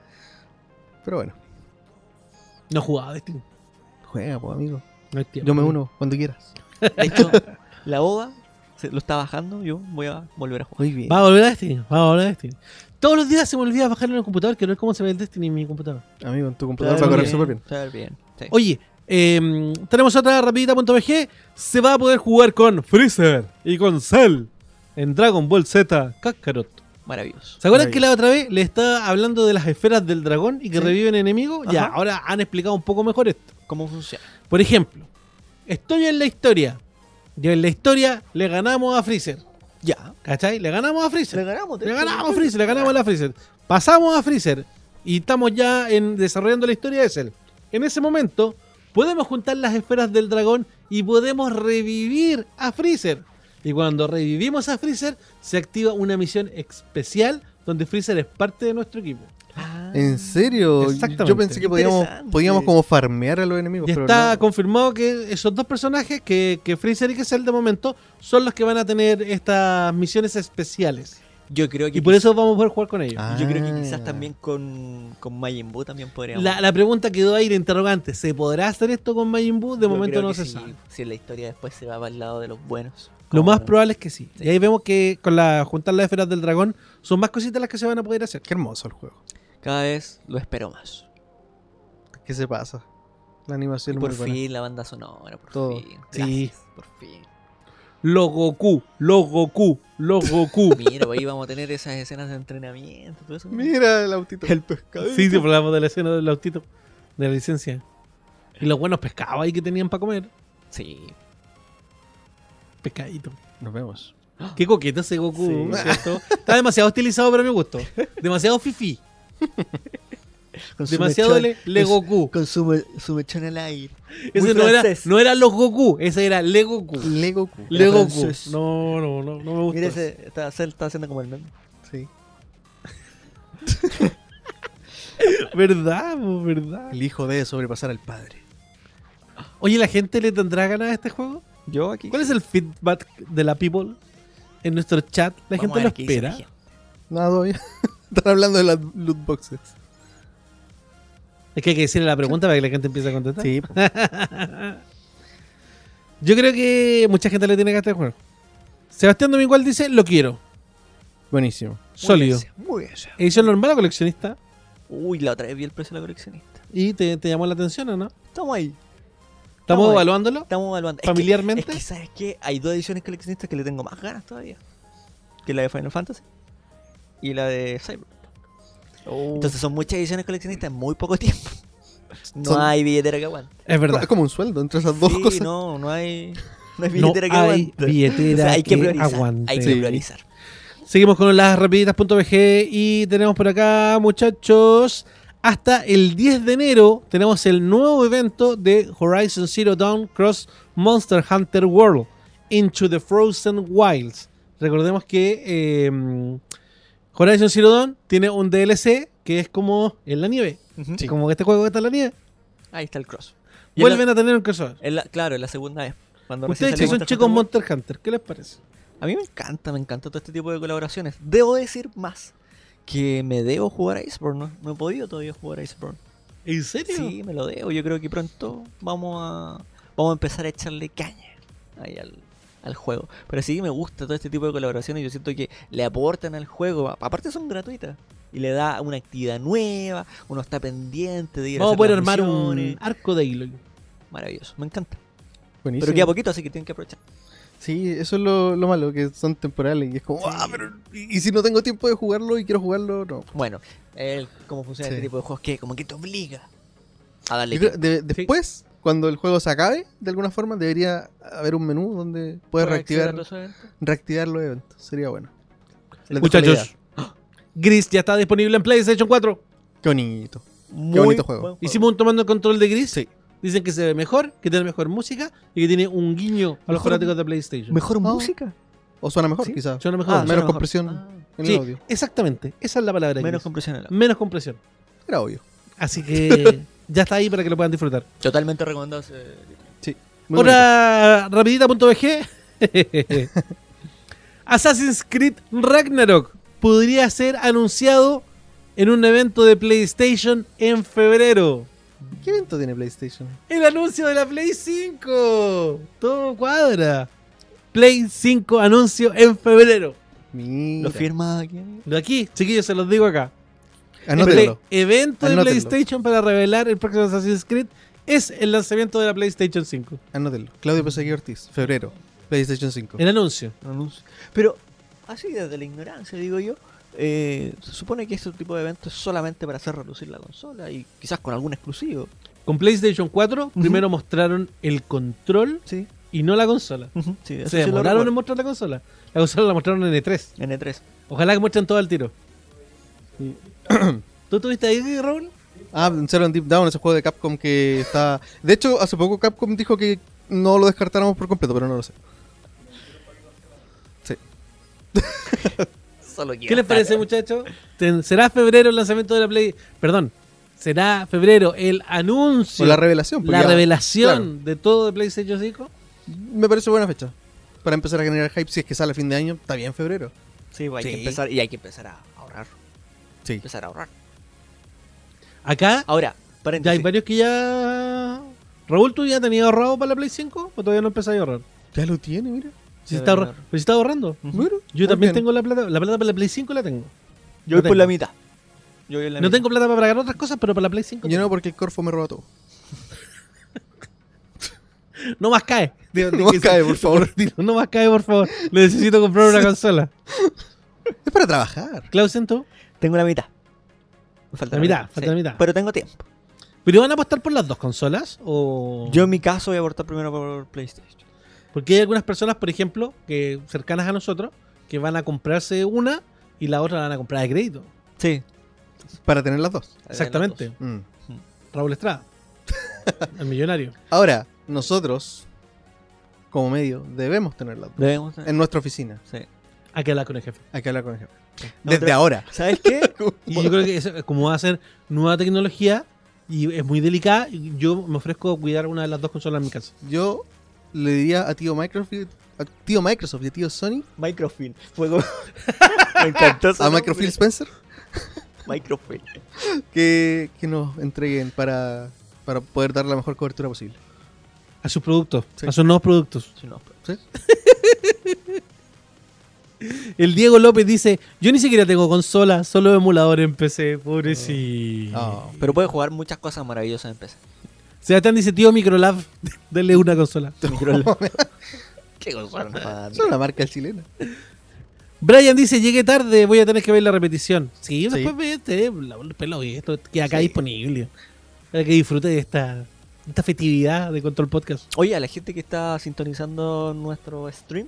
S3: Pero bueno,
S1: No jugaba Destiny.
S3: juega, pues amigo.
S1: No hay tiempo.
S3: Yo me uno cuando quieras.
S4: De hecho, la OVA se- lo está bajando. Yo voy a volver a jugar.
S3: Muy bien.
S1: Va a volver a Destiny, va a volver a Destiny. Todos los días se me olvida bajarlo en el computador, que no es como se ve el Destiny en mi computador.
S3: Amigo, en tu computador
S4: Está
S3: va a correr
S4: bien,
S3: súper bien.
S4: está bien, sí.
S1: Oye, eh, tenemos otra rapidita.bg. Se va a poder jugar con Freezer y con Cell en Dragon Ball Z Kakarot.
S4: Maravilloso.
S1: ¿Se acuerdan
S3: Maravilloso.
S1: que la otra vez le estaba hablando de las esferas del dragón y que
S3: Sí.
S1: reviven enemigos? Ya,
S3: Ajá.
S1: ahora han explicado un poco mejor esto.
S4: ¿Cómo funciona?
S1: Por ejemplo, estoy en la historia. Yo en la historia le ganamos a Freezer.
S4: Ya.
S1: ¿Cachai? Le ganamos a Freezer.
S4: Le ganamos.
S1: Le ganamos a Freezer, le ganamos a la Freezer. Pasamos a Freezer y estamos ya en, desarrollando la historia de Cell. En ese momento, podemos juntar las esferas del dragón y podemos revivir a Freezer. Y cuando revivimos a Freezer, se activa una misión especial donde Freezer es parte de nuestro equipo.
S4: Ah.
S3: ¿En serio?
S1: Exactamente.
S3: Yo pensé que podíamos,
S4: Interesante.
S3: podíamos como farmear a los enemigos.
S1: Y
S3: pero
S1: está
S3: no.
S1: confirmado que esos dos personajes, que, que Freezer y que Cell de momento, son los que van a tener estas misiones especiales.
S4: Yo creo que
S1: Y por
S4: quizá-
S1: eso vamos a poder jugar con ellos.
S3: Ah.
S4: Yo creo que quizás
S3: Ah.
S4: también con, con Majin Buu también podríamos.
S1: La, la pregunta quedó ahí de interrogante. ¿Se podrá hacer esto con Majin Buu? De
S4: Yo
S1: momento
S4: creo
S1: no
S4: que
S1: se
S4: si-
S1: sabe.
S4: Si la historia después se va para el lado de los buenos.
S1: Lo
S4: Oh.
S1: más probable es que sí. Y ahí vemos que con la juntar las esferas del dragón son más cositas las que se van a poder hacer.
S3: Qué hermoso el juego.
S2: Cada vez lo espero más.
S3: ¿Qué se pasa? La animación es
S2: por
S3: muy buena.
S2: fin la banda sonora, por
S3: Todo.
S2: fin.
S1: Sí.
S2: Gracias, por fin.
S1: Los Goku, los Goku, los Goku.
S2: Mira, ahí vamos a tener esas escenas de entrenamiento, todo eso.
S3: Mira el autito. El pescado.
S1: sí, sí, hablamos de la escena del autito, de la licencia. Y los buenos pescados ahí que tenían para comer.
S2: Sí.
S1: Pescadito.
S3: Nos vemos.
S1: Qué coqueta ese Goku,
S4: Sí.
S1: ¿cierto? Está demasiado estilizado para mi gusto. Demasiado fifi. Demasiado le, le Goku.
S4: Con su, su mechón al aire.
S1: Ese
S4: muy
S1: no era,
S4: francés.
S1: no era los Goku, ese era le Goku.
S3: Lego
S1: Le
S4: Era
S1: Goku.
S4: francés.
S1: No, no, no, no me gusta.
S4: Mira, ese, está, se- está haciendo como el meme.
S3: Sí.
S1: ¿Verdad, po, verdad?
S3: El hijo debe sobrepasar al padre.
S1: Oye, ¿la gente le tendrá ganas a este juego?
S4: Yo aquí.
S1: ¿Cuál es el feedback de la people en nuestro chat? ¿La
S2: Vamos
S1: gente
S2: a
S1: lo
S2: ver qué dice la
S1: espera?
S2: gente.
S3: Nada todavía. Están hablando de las loot boxes.
S1: Es que hay que decirle la pregunta para que la gente empiece a contestar.
S3: Sí.
S1: Yo creo que mucha gente le tiene que hacer este juego. Sebastián Domingual dice, lo quiero.
S3: Buenísimo.
S1: Sólido.
S4: Muy bien. sí.
S1: Edición normal o coleccionista.
S4: Uy, la otra vez vi el precio de la coleccionista.
S1: ¿Y te, te llamó la atención o no?
S4: Estamos ahí.
S1: ¿Estamos
S4: Estamos ahí.
S1: evaluándolo?
S4: Estamos evaluando. Es que-
S1: ¿Familiarmente?
S4: Es que, ¿sabes qué? Hay dos ediciones coleccionistas que le tengo más ganas todavía. Que la de Final Fantasy y la de Cyber.
S1: Oh.
S4: Entonces son muchas ediciones coleccionistas en muy poco tiempo. No
S3: Son-
S4: hay billetera que aguante.
S1: Es verdad.
S3: Es como un sueldo entre esas dos
S4: sí,
S3: cosas.
S4: no, no hay, no hay
S1: No
S4: billetera que
S1: hay
S4: aguante. O
S1: billetera
S4: sea, hay que,
S1: que
S4: priorizar.
S1: aguante.
S4: Hay que
S3: Sí.
S4: priorizar.
S1: Seguimos con las rapiditas.bg y tenemos por acá, muchachos, hasta el 10 de enero tenemos el nuevo evento de Horizon Zero Dawn Cross Monster Hunter World Into the Frozen Wilds. Recordemos que eh, Horizon Zero Dawn tiene un DLC que es como en la nieve,
S4: Ujú.
S1: como que este juego que está en la nieve.
S4: Ahí está el cross. Y en la-
S1: Vuelven a tener un crossover.
S4: en la- claro, en la segunda vez. Cuando recién
S1: Ustedes
S4: salió
S1: que son
S4: Monster
S1: chicos
S4: Hunter World.
S1: Monster Hunter, ¿qué les parece?
S4: A mí me encanta, me encanta todo este tipo de colaboraciones. Debo decir más que me debo jugar a Iceborne, ¿no? No he podido todavía jugar a Iceborne.
S1: ¿En serio?
S4: Sí, me lo debo. Yo creo que pronto vamos a vamos a empezar a echarle caña ahí al, al juego. Pero sí me gusta todo este tipo de colaboraciones. Yo siento que le aportan al juego. A- Aparte son gratuitas. Y le da una actividad nueva. Uno está pendiente de ir
S1: Vamos a
S4: a hacer
S1: poder
S4: las
S1: armar un
S4: misiones.
S1: arco de hilo.
S4: Maravilloso, me encanta.
S3: Buenísimo.
S4: Pero queda poquito, así que tienen que aprovechar.
S3: Sí, eso es lo, lo malo, que son temporales. Y es como, ah, pero. ¿Y y si no tengo tiempo de jugarlo y quiero jugarlo? No.
S4: Bueno, el- cómo funciona
S3: Sí.
S4: este tipo de juegos que como que te obliga a darle
S3: Yo creo-
S4: tiempo.
S3: de- después, cuando el juego se acabe, de alguna forma, debería haber un menú donde puedes
S4: Para acceder a
S3: reactivar,
S4: todos esos eventos.
S3: reactivar los eventos. Sería bueno. Les dejo la idea.
S1: Muchachos, Gris ya está disponible en PlayStation 4.
S3: Qué bonito.
S4: Muy
S3: bonito juego.
S4: buen
S1: Hicimos un tomando el control de Gris.
S3: Sí.
S1: Dicen que se ve mejor, que tiene mejor música y que tiene un guiño a los
S4: Mejor-
S1: fanáticos de PlayStation.
S4: mejor
S3: No.
S4: música.
S3: Ah, O suena mejor,
S4: Sí,
S3: quizás.
S1: Suena mejor.
S4: Ah,
S1: Sí,
S4: suena
S3: menos
S4: mejor.
S3: compresión en el
S1: sí,
S3: audio.
S1: exactamente. Esa es la palabra.
S4: menos
S1: Gris.
S4: compresión. al agua.
S1: menos compresión.
S3: Era obvio.
S1: Así que ya está ahí para que lo puedan disfrutar.
S4: Totalmente recomendado. eh,
S3: Muy
S1: Otra rapidita.bg. Assassin's Creed Ragnarok podría ser anunciado en un evento de PlayStation en febrero.
S3: bonito. ¿Qué evento tiene PlayStation?
S1: El anuncio de la Play 5. Todo cuadra. Play 5 anuncio en febrero.
S3: Mira.
S4: Lo firma aquí. amigo.
S1: De aquí, chiquillos, se los digo acá.
S3: Anótelo.
S1: Play- evento de
S3: Anótenlo.
S1: PlayStation para revelar el próximo Assassin's Creed es el lanzamiento de la PlayStation 5.
S3: Anótelo. Ah, Claudio Pesegui Ortiz, febrero. PlayStation 5.
S1: El anuncio.
S4: Un anuncio. Pero, así desde la ignorancia, digo yo, eh, se supone que este tipo de eventos es solamente para hacer relucir la consola y quizás con algún exclusivo.
S1: Con PlayStation 4
S4: Ujú.
S1: primero mostraron el control
S4: Sí.
S1: y no la consola.
S4: sí
S1: Se
S4: eso sí lo
S1: demoraron en
S4: recuerdo.
S1: mostrar la consola. La consola la mostraron en E3.
S4: en E3.
S1: Ojalá que muestren todo al tiro. ¿Tú estuviste ahí, Raúl?
S3: Ah, pensaron Deep Down, ese juego de Capcom que está. De hecho, hace poco Capcom dijo que no lo descartáramos por completo, pero no lo sé.
S4: Solo
S1: ¿Qué les parece, muchachos? Ten- ¿Será febrero el lanzamiento de la Play? Perdón, será febrero el anuncio,
S3: O la revelación.
S4: pues
S3: porque
S1: la
S3: ya-
S1: revelación de todo de PlayStation 5?
S3: Me parece buena fecha. Para empezar a generar hype, si es que sale a fin de año, está bien febrero.
S4: Sí, pues, hay
S3: Sí.
S4: que empezar y hay que empezar a ahorrar.
S3: Sí.
S4: Empezar a ahorrar.
S1: Acá
S4: Ahora,
S1: ya hay
S4: paréntesis.
S1: varios que ya. Raúl, ¿tú ya tenías ahorrado para la Play 5 o todavía no empezaste a ahorrar?
S3: Ya lo tiene, mira.
S1: Si está, ahorra-
S4: Claro.
S1: pero si está ahorrando.
S4: Ujú.
S3: Bueno,
S1: Yo
S3: muy
S1: también
S3: bien.
S1: tengo la plata. La plata para la Play 5 la tengo.
S4: Yo
S1: No
S4: voy por la
S1: tengo.
S4: mitad. Yo voy en la
S1: No
S4: mitad.
S1: tengo plata para pagar otras cosas, pero para la Play 5
S3: Yo no, porque el Corfo me roba todo.
S1: tengo. no más cae. Digo,
S3: No más cae, por favor.
S1: digo, no más cae, por favor. Necesito comprar una consola.
S3: Es para trabajar.
S1: Clausen, tú.
S4: Tengo la mitad. Me falta
S1: La mitad, falta la mitad.
S4: Pero tengo tiempo.
S1: ¿Pero van a apostar por las dos consolas? ¿O...
S4: Yo en mi caso voy a aportar primero por PlayStation.
S1: Porque hay algunas personas, por ejemplo, que cercanas a nosotros, que van a comprarse una y la otra la van a comprar de crédito.
S4: Sí.
S3: Para tener las dos.
S1: Exactamente.
S3: Mm.
S1: Raúl Estrada. el millonario.
S3: Ahora, nosotros, como medio, debemos tener las dos.
S4: Debemos tener.
S3: En nuestra oficina.
S4: Sí.
S1: Hay que hablar con el jefe.
S3: Hay que hablar con el jefe.
S4: No,
S3: Desde
S4: pero-
S3: ahora.
S4: ¿Sabes qué?
S1: Y yo creo que eso, como va a ser nueva tecnología y es muy delicada, yo me ofrezco a cuidar una de las dos consolas en mi casa.
S3: Yo le diría a tío Microsoft, a tío Microsoft y a tío Sony,
S4: Microfilm. Fue como- Me encantó. ese
S3: a
S4: nombre.
S3: Microfield Spencer,
S4: Microfilm.
S3: que, que nos entreguen para, para poder dar la mejor cobertura posible.
S1: A sus productos,
S3: Sí.
S1: a sus nuevos productos.
S4: Sí, no, pero-
S1: El Diego López dice, yo ni siquiera tengo consola, solo emulador en PC, pobrecito. Oh.
S3: Ah,
S4: Pero puede jugar muchas cosas maravillosas en PC.
S1: Sebastián dice, tío Microlab, denle una consola.
S4: Qué consola más barata.
S3: Es una marca chilena.
S1: Brian dice, llegué tarde, voy a tener que ver la repetición. Sí,
S3: Sí.
S1: después ve este, la- el pelo y esto queda acá
S3: Sí.
S1: disponible. Para que disfrute de esta, esta festividad de Control Podcast.
S4: Oye, a la gente que está sintonizando nuestro stream,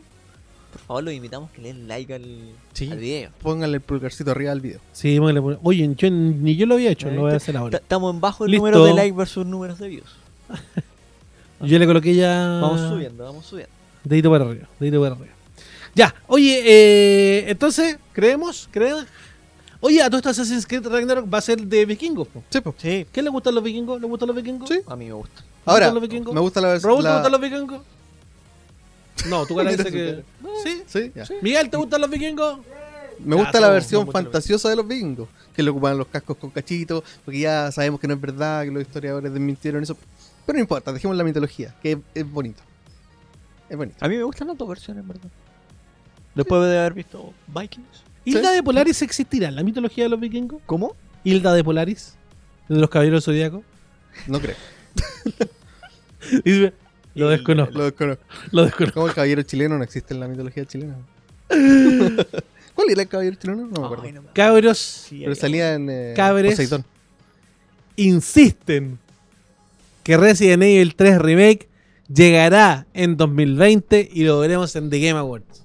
S4: por favor los invitamos que le den like al,
S1: Sí.
S4: al video.
S3: Pónganle el pulgarcito arriba al video.
S1: Sí, bueno, le pone- oye, yo ni yo lo había hecho,
S4: Ahí
S1: lo voy a
S4: está.
S1: hacer
S4: Ta-
S1: ahora.
S4: Estamos en bajo el
S1: Listo.
S4: número de likes versus números de views.
S1: Yo le coloqué ya...
S4: Vamos subiendo, vamos subiendo.
S1: Dedito para arriba, dedito para arriba. Ya, oye, eh, entonces, ¿creemos? ¿Creemos? Oye, a todo esto Assassin's Creed Ragnarok va a ser de vikingos. po.
S3: Sí, po.
S4: Sí.
S1: ¿Qué le gustan los vikingos? ¿Le gustan los vikingos?
S3: Sí.
S4: A mí me gusta.
S3: Ahora,
S1: ¿Gustan los vikingos?
S3: me gusta la
S1: ¿Raúl te gustan
S3: versión.
S1: los vikingos? No, tú cara
S3: Mira
S1: dice
S3: su
S1: que... Sí.
S3: Sí, ya.
S1: Miguel, ¿te gustan los vikingos?
S3: Me
S1: Ya,
S3: gusta la
S1: somos-
S3: versión
S1: somos
S3: fantasiosa de los vikingos, que le ocupaban los cascos con cachitos, porque ya sabemos que no es verdad, que los historiadores desmintieron eso. Pero no importa, dejemos la mitología, que es, es bonito. Es bonito.
S4: A mí me gustan las dos versiones, en ¿verdad? Después de haber visto Vikings.
S1: ¿Hilda de Polaris existirá en la mitología de los vikingos?
S4: ¿Cómo?
S1: ¿Hilda de Polaris? ¿De los caballeros zodíacos?
S3: No creo.
S1: Dice, Lo desconozco,
S3: Lo desconozco.
S1: lo desconozco.
S3: Como el caballero chileno no existe en la mitología chilena. ¿Cuál era el caballero chileno? No me acuerdo.
S4: Ay, no me-
S1: Cabros
S4: Sí,
S3: Pero
S4: ahí-
S3: salía en eh,
S1: Cabres.
S3: Poseidón.
S1: insisten que Resident Evil 3 Remake llegará en 2020 y lo veremos en The Game Awards.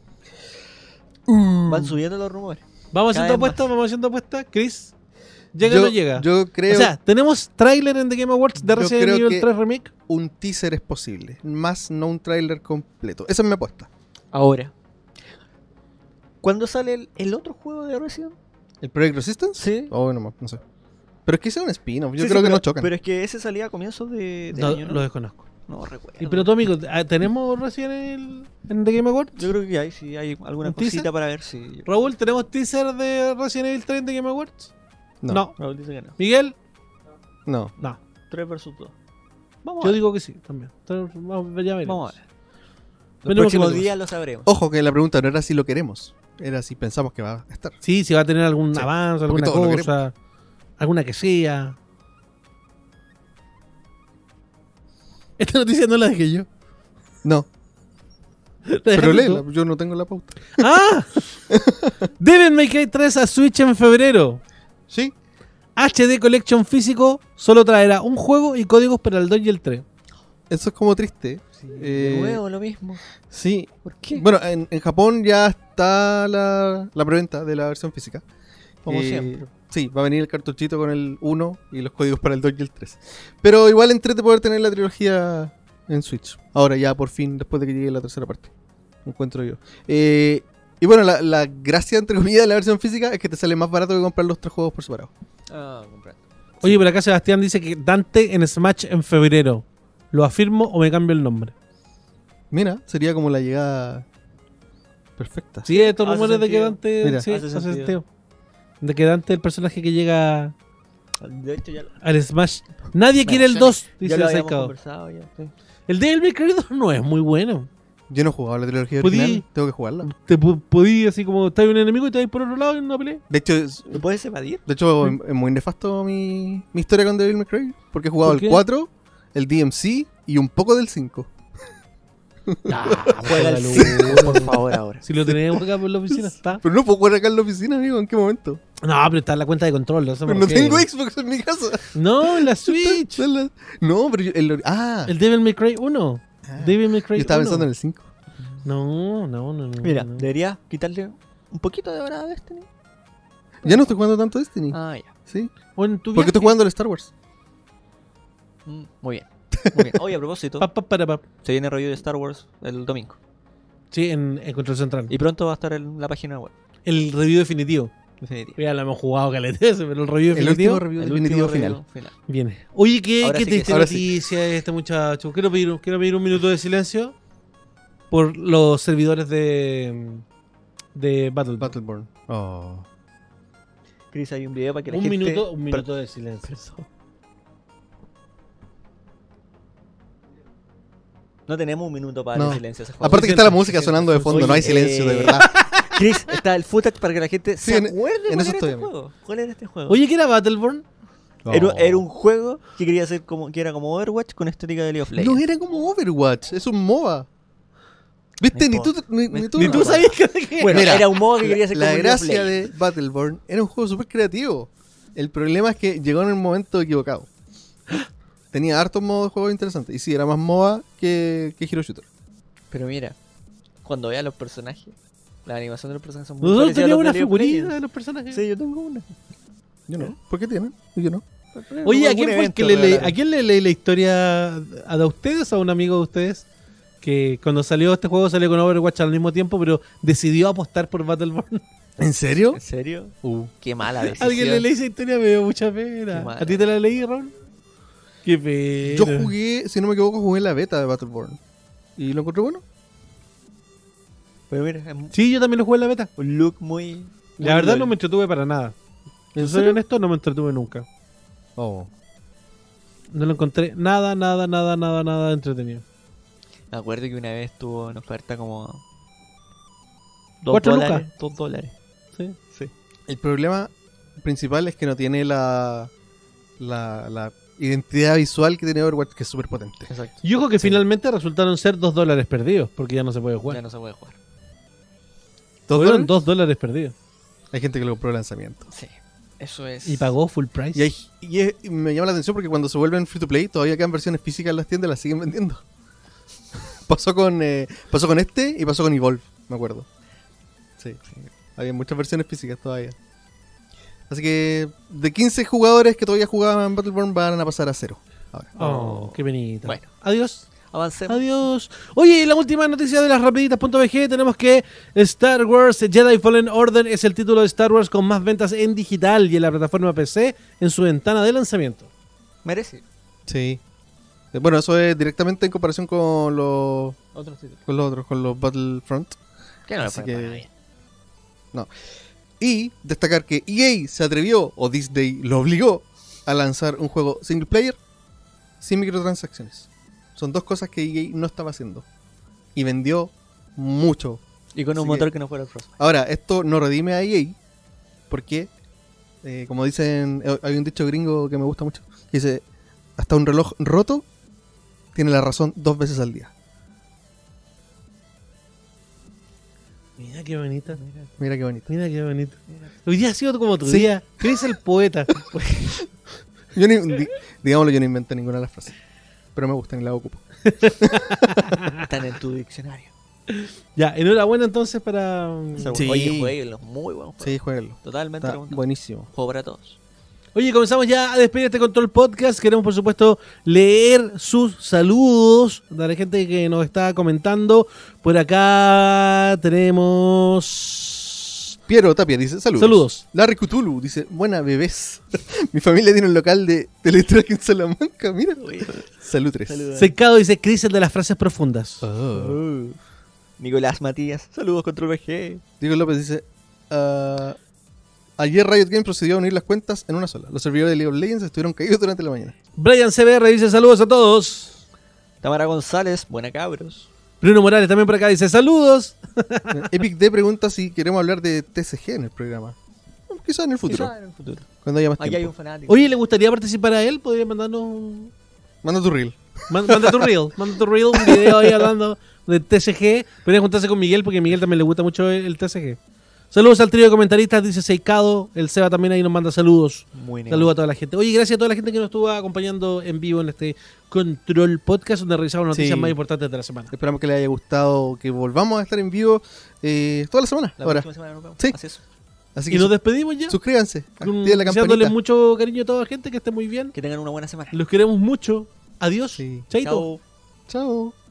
S1: Mm.
S4: Van subiendo los rumores.
S1: Vamos
S4: Mm. Cada
S1: haciendo
S4: vez más.
S1: apuestas, vamos haciendo apuestas, Chris. ¿Llega
S3: yo,
S1: o no llega?
S3: Yo creo
S1: o sea, ¿tenemos tráiler en The Game Awards de
S3: Yo
S1: Resident
S3: creo
S1: Evil
S3: que-
S1: 3 Remake?
S3: un teaser es posible, más no un tráiler completo. Esa es mi apuesta.
S4: Ahora. ¿Cuándo sale el, el otro juego de Resident?
S3: ¿El Project Resistance?
S4: Sí.
S3: Oh, no, más, no sé. Pero es que ese es un spin-off. Yo
S4: Sí,
S3: creo
S4: sí,
S3: que
S4: pero-
S3: no chocan.
S4: Pero es que ese salía a comienzos de, de
S1: No,
S4: año, ¿no?
S1: lo desconozco.
S4: No recuerdo.
S1: Y pero tú, amigo, ¿ah, ¿tenemos Resident Evil en The Game Awards?
S4: Yo creo que hay, sí, hay alguna
S1: ¿Un teaser?
S4: cosita para ver si.
S1: Raúl, ¿tenemos teaser de Resident Evil 3 en The Game Awards?
S3: No.
S4: Raúl dice que no.
S1: ¿Miguel?
S3: No.
S1: No.
S4: 3 versus 2. Vamos a
S1: Yo
S4: ver.
S1: digo que sí, también. Entonces, Vamos, ya veremos.
S4: Vamos a ver.
S1: Veremos
S4: Los
S1: qué
S4: próximos
S1: tal.
S4: días lo sabremos.
S3: Ojo que la pregunta no era si lo queremos, era si pensamos que va a estar.
S1: Sí, si va a tener algún
S3: Sí,
S1: avance, alguna
S3: porque todos lo
S1: cosa, alguna que sea. Esta noticia no la dejé yo.
S3: No,
S1: ¿La
S3: pero
S1: dejaste
S3: léela, pues.
S1: tú?
S3: yo no tengo la pauta.
S1: ¡Ah! Deben May Cry 3 a Switch en febrero.
S3: Sí,
S1: HD Collection físico solo traerá un juego y códigos para el 2 y el 3.
S3: eso es como triste.
S4: De
S3: Eh,
S4: nuevo lo mismo.
S3: Sí,
S4: ¿Por qué?
S3: Bueno, en, en Japón ya está la, la preventa de la versión física.
S4: Como
S3: Eh,
S4: siempre.
S3: Sí, va a venir el cartuchito con el 1 y los códigos para el 2 y el 3. Pero igual entrete poder tener la trilogía en Switch. Ahora ya por fin, después de que llegue la tercera parte. Encuentro yo. Eh, y bueno, la, la gracia entre comillas de la versión física es que te sale más barato que comprar los tres juegos por separado.
S4: Ah, comprendo.
S1: Oye, por acá Sebastián dice que Dante en Smash en febrero. ¿Lo afirmo o me cambio el nombre?
S3: Mira, sería como la llegada perfecta.
S1: Sí, estos
S4: hace
S1: rumores de que
S4: sentido.
S1: Dante.
S3: Mira,
S1: sí,
S4: hace
S1: hace
S4: sentido.
S1: sentido. De que Dante es el personaje que llega
S4: De hecho, ya lo,
S1: al Smash. Nadie
S4: No,
S1: quiere el
S4: ya-
S1: 2,
S4: ya
S1: dice el
S4: lo habíamos
S1: Saikao.
S4: conversado. Ya, sí.
S1: El Devil May Cry 2 no es muy bueno.
S3: Yo no he jugado la trilogía
S1: Podí-
S3: original, tengo que jugarla.
S1: Te pu- podí así como estáis un enemigo y te vais por otro lado en una pelea.
S3: De hecho, es-
S4: ¿Lo puedes evadir?
S3: de hecho es es muy nefasto mi, mi historia con Devil May Cry, porque he jugado
S1: ¿Por
S3: el
S1: qué?
S3: 4, el DMC y un poco del 5.
S4: Juega el
S1: Juégalo.
S4: cinco, por favor, ahora.
S1: Si lo tenemos acá por la oficina, está.
S3: Pero no puedo jugar acá en la oficina, amigo, ¿en qué momento?
S1: No, pero está en la cuenta de control. No, sé
S3: Pero
S1: por
S3: no
S1: qué.
S3: tengo Xbox en mi casa.
S1: No, en la Switch.
S3: Está en la- No, pero yo, el, ori- ah,
S1: El Devil May Cry 1.
S3: ah,
S1: Devil May
S3: yo
S1: Cry
S3: estaba
S1: 1.
S3: pensando en el 5.
S1: No, no, no, no.
S4: Mira,
S3: Mm.
S1: no.
S4: debería quitarle un poquito de hora a Destiny.
S3: Ya no estoy jugando tanto Destiny,
S4: Ah, ya.
S3: ¿sí?
S1: Bueno, tú
S3: Porque estoy
S1: viajes.
S3: jugando el Star Wars.
S4: Mm, muy bien. Muy bien. Oye, a propósito,
S3: Ah.
S1: Pa, pa, para, pa.
S4: se viene review de Star Wars el domingo.
S1: Sí, en, en Control Central.
S4: Y pronto va a estar en la página web.
S1: El review definitivo.
S4: Definitivo.
S1: Ya lo hemos jugado caleta ese, pero el review
S3: El
S1: definitivo
S3: último review
S4: El
S3: definitivo
S4: último
S3: final.
S4: review final.
S1: viene. Oye, qué,
S4: Ahora
S1: qué
S4: sí que
S1: triste
S4: sí.
S3: Ahora sí.
S1: noticia este muchacho. Quiero pedir, un- quiero pedir un minuto de silencio por los servidores de, de Battle.
S3: Battleborn. Oh.
S4: Chris, hay un video para que la
S1: Un
S4: gente...
S1: minuto, un
S4: Per-
S1: minuto de silencio.
S4: No tenemos un minuto para
S3: No.
S4: el silencio. ese juego.
S3: Aparte que está la música sonando de fondo,
S1: Oye,
S3: no hay silencio, de
S4: eh,
S3: verdad.
S4: Chris, está el footage para que la gente
S3: Sí,
S4: se
S3: en-
S4: acuerde
S3: en
S4: cuál
S3: eso
S4: era
S3: estoy,
S4: este
S3: amigo.
S4: juego. ¿Cuál era este juego?
S1: Oye, ¿qué era Battleborn?
S4: Era,
S3: Oh.
S4: era un juego que quería hacer como que era como Overwatch con estética de League of Legends.
S3: No era como Overwatch, es un MOBA. ¿Viste?
S4: No
S3: Ni tú, ni,
S4: me-
S3: ni tú,
S1: Ni tú
S3: no.
S1: sabías que que-
S4: bueno,
S3: Mira,
S4: era un modo que quería
S3: La,
S4: hacer
S3: la
S4: como League of
S3: gracia
S4: Legends.
S3: de Battleborn era un juego súper creativo. El problema es que llegó en el momento equivocado. Tenía hartos modos de juego interesantes. Y sí, era más MOBA que, que Hero Shooter.
S4: Pero mira, cuando veas los personajes, la animación de los personajes son muy
S1: Nosotros
S4: parecidas a
S1: teníamos
S4: los
S1: una
S4: de League of
S1: figurita de
S4: Legends.
S1: los personajes.
S4: Sí, yo tengo una.
S3: Yo no. ¿Por qué tienen? Yo no.
S1: Oye, ¿a
S4: Algún
S1: quién, fue el que
S4: evento
S1: le leí,
S4: regalaron.
S1: ¿a quién le leí la historia? ¿A de ustedes o a un amigo de ustedes? Que cuando salió este juego salió con Overwatch al mismo tiempo, pero decidió apostar por Battleborn.
S3: ¿En serio?
S4: ¿En serio?
S3: Uh.
S4: Qué mala decisión.
S1: Alguien le leí esa historia, me dio mucha pena.
S4: Qué mal.
S1: ¿A ti te la leí, Ron? Qué pena.
S3: Yo jugué, si no me equivoco, jugué la beta de Battleborn. ¿Y lo encontré bueno?
S4: Pero mira, es un
S1: Sí, yo también lo jugué en la beta.
S4: un look muy.
S1: La
S4: muy
S1: verdad
S4: LOL.
S1: no me entretuve para nada.
S3: ¿En
S1: Soy honesto, no me entretuve nunca.
S3: Oh.
S1: No lo encontré nada, nada, nada, nada, nada entretenido.
S4: Me acuerdo que una vez tuvo en oferta como. Dos
S1: Cuatro
S4: dólares.
S1: lucas.
S4: Dos dólares.
S1: Sí.
S3: El problema principal es que no tiene la, la, la identidad visual que tiene Overwatch, que es súper potente.
S4: Exacto.
S1: Y ojo que
S4: Sí.
S1: finalmente resultaron ser dos dólares perdidos, porque ya no se puede
S4: Ya
S1: jugar.
S4: no se puede jugar.
S1: Fueron dos dólares perdidos.
S3: Hay gente que lo compró el lanzamiento.
S4: Sí. Eso es.
S1: Y pagó full price.
S3: Y, hay- y es- y me llama la atención porque cuando se vuelven free to play, todavía quedan versiones físicas en las tiendas, las siguen vendiendo. pasó, con, eh, pasó con este y pasó con Evolve, me acuerdo. Sí, sí. Había muchas versiones físicas todavía. Así que de 15 jugadores que todavía jugaban Battleborn van a pasar a cero. Ahora.
S1: Oh, qué penita.
S4: Bueno.
S1: Adiós.
S4: Avancemos.
S1: Adiós. Oye, y la última noticia de las rapiditas.bg tenemos que Star Wars Jedi Fallen Order es el título de Star Wars con más ventas en digital y en la plataforma PC en su ventana de lanzamiento.
S4: Merece.
S3: Sí. Eh, Bueno, eso es directamente en comparación con los,
S4: Otros títulos.
S3: con los otros, con los Battlefront.
S4: Que no le
S3: Así
S4: fue
S3: que-
S4: para bien.
S3: Y destacar que EA se atrevió, o Disney lo obligó, a lanzar un juego single player sin microtransacciones. Son dos cosas que EA no estaba haciendo. Y vendió mucho.
S4: Y con un
S3: Así
S4: motor que no fuera el Frostbite.
S3: Ahora, esto no redime a EA, porque, eh, como dicen, eh, hay un dicho gringo que me gusta mucho, que dice, hasta un reloj roto tiene la razón dos veces al día.
S1: Mira qué bonita.
S3: Mira qué bonito.
S1: Mira qué bonito. Hoy día ha sido como tu
S3: Sí.
S1: día. Chris el poeta.
S3: Yo ni- di- digámoslo, yo no inventé ninguna de las frases. Pero me gustan y las ocupo.
S4: Están en tu diccionario.
S1: ya, enhorabuena entonces para.
S3: Sí.
S4: Oye, jueguenlo. Muy buen juego.
S3: Sí, jueguenlo.
S4: Totalmente
S3: Está
S4: recomendado.
S3: buenísimo.
S4: Juego para todos.
S1: Oye, comenzamos ya a despedir este Control Podcast. Queremos, por supuesto, leer sus saludos de la gente que nos está comentando. Por acá tenemos...
S3: Piero Tapia dice, saludos.
S1: Saludos.
S3: Larry Cthulhu dice, buena bebés. Mi familia tiene un local de Teletrack en Salamanca, mira. Salutres.
S4: Saludos.
S1: Secado dice Chris, el de las frases profundas.
S3: Oh.
S4: Uh. Nicolás Matías. Saludos, Control VG.
S3: Diego López dice, "Ah, ayer Riot Games procedió a unir las cuentas en una sola. Los servidores de League of Legends estuvieron caídos durante la mañana.
S1: Brian CBR dice saludos a todos.
S4: Tamara González. Buena cabros.
S1: Bruno Morales también por acá dice saludos.
S3: Epic D pregunta si queremos hablar de TCG en el programa. Quizás en el futuro.
S4: Quizá en el futuro.
S3: Cuando haya más
S4: Aquí hay un
S3: tiempo.
S4: fanático.
S1: Oye, ¿le gustaría participar a él? Podría mandarnos un...
S3: Manda tu reel.
S1: Man- Manda tu reel, manda tu reel, un video ahí hablando de TCG. Podría juntarse con Miguel porque a Miguel también le gusta mucho el, el TCG. Saludos al trío de comentaristas, dice Seikado. El Seba también ahí nos manda saludos.
S4: Muy negro.
S1: Saludos a toda la gente. Oye, gracias a toda la gente que nos estuvo acompañando en vivo en este Control Podcast, donde revisamos las
S3: Sí.
S1: noticias más importantes de la semana.
S3: Esperamos que les haya gustado, que volvamos a estar en vivo eh, toda la semana.
S4: La
S3: ahora.
S4: próxima semana nos vemos.
S3: Sí.
S4: Haz eso.
S3: Así que
S1: Y nos
S3: su-
S1: despedimos ya.
S3: suscríbanse,
S1: con-
S3: activen la
S1: Deseándole
S3: campanita.
S1: mucho cariño a toda la gente, que esté muy bien.
S4: Que tengan una buena semana.
S1: Los queremos mucho. Adiós.
S3: Sí.
S1: Chaito.
S4: Chao.
S3: Chao.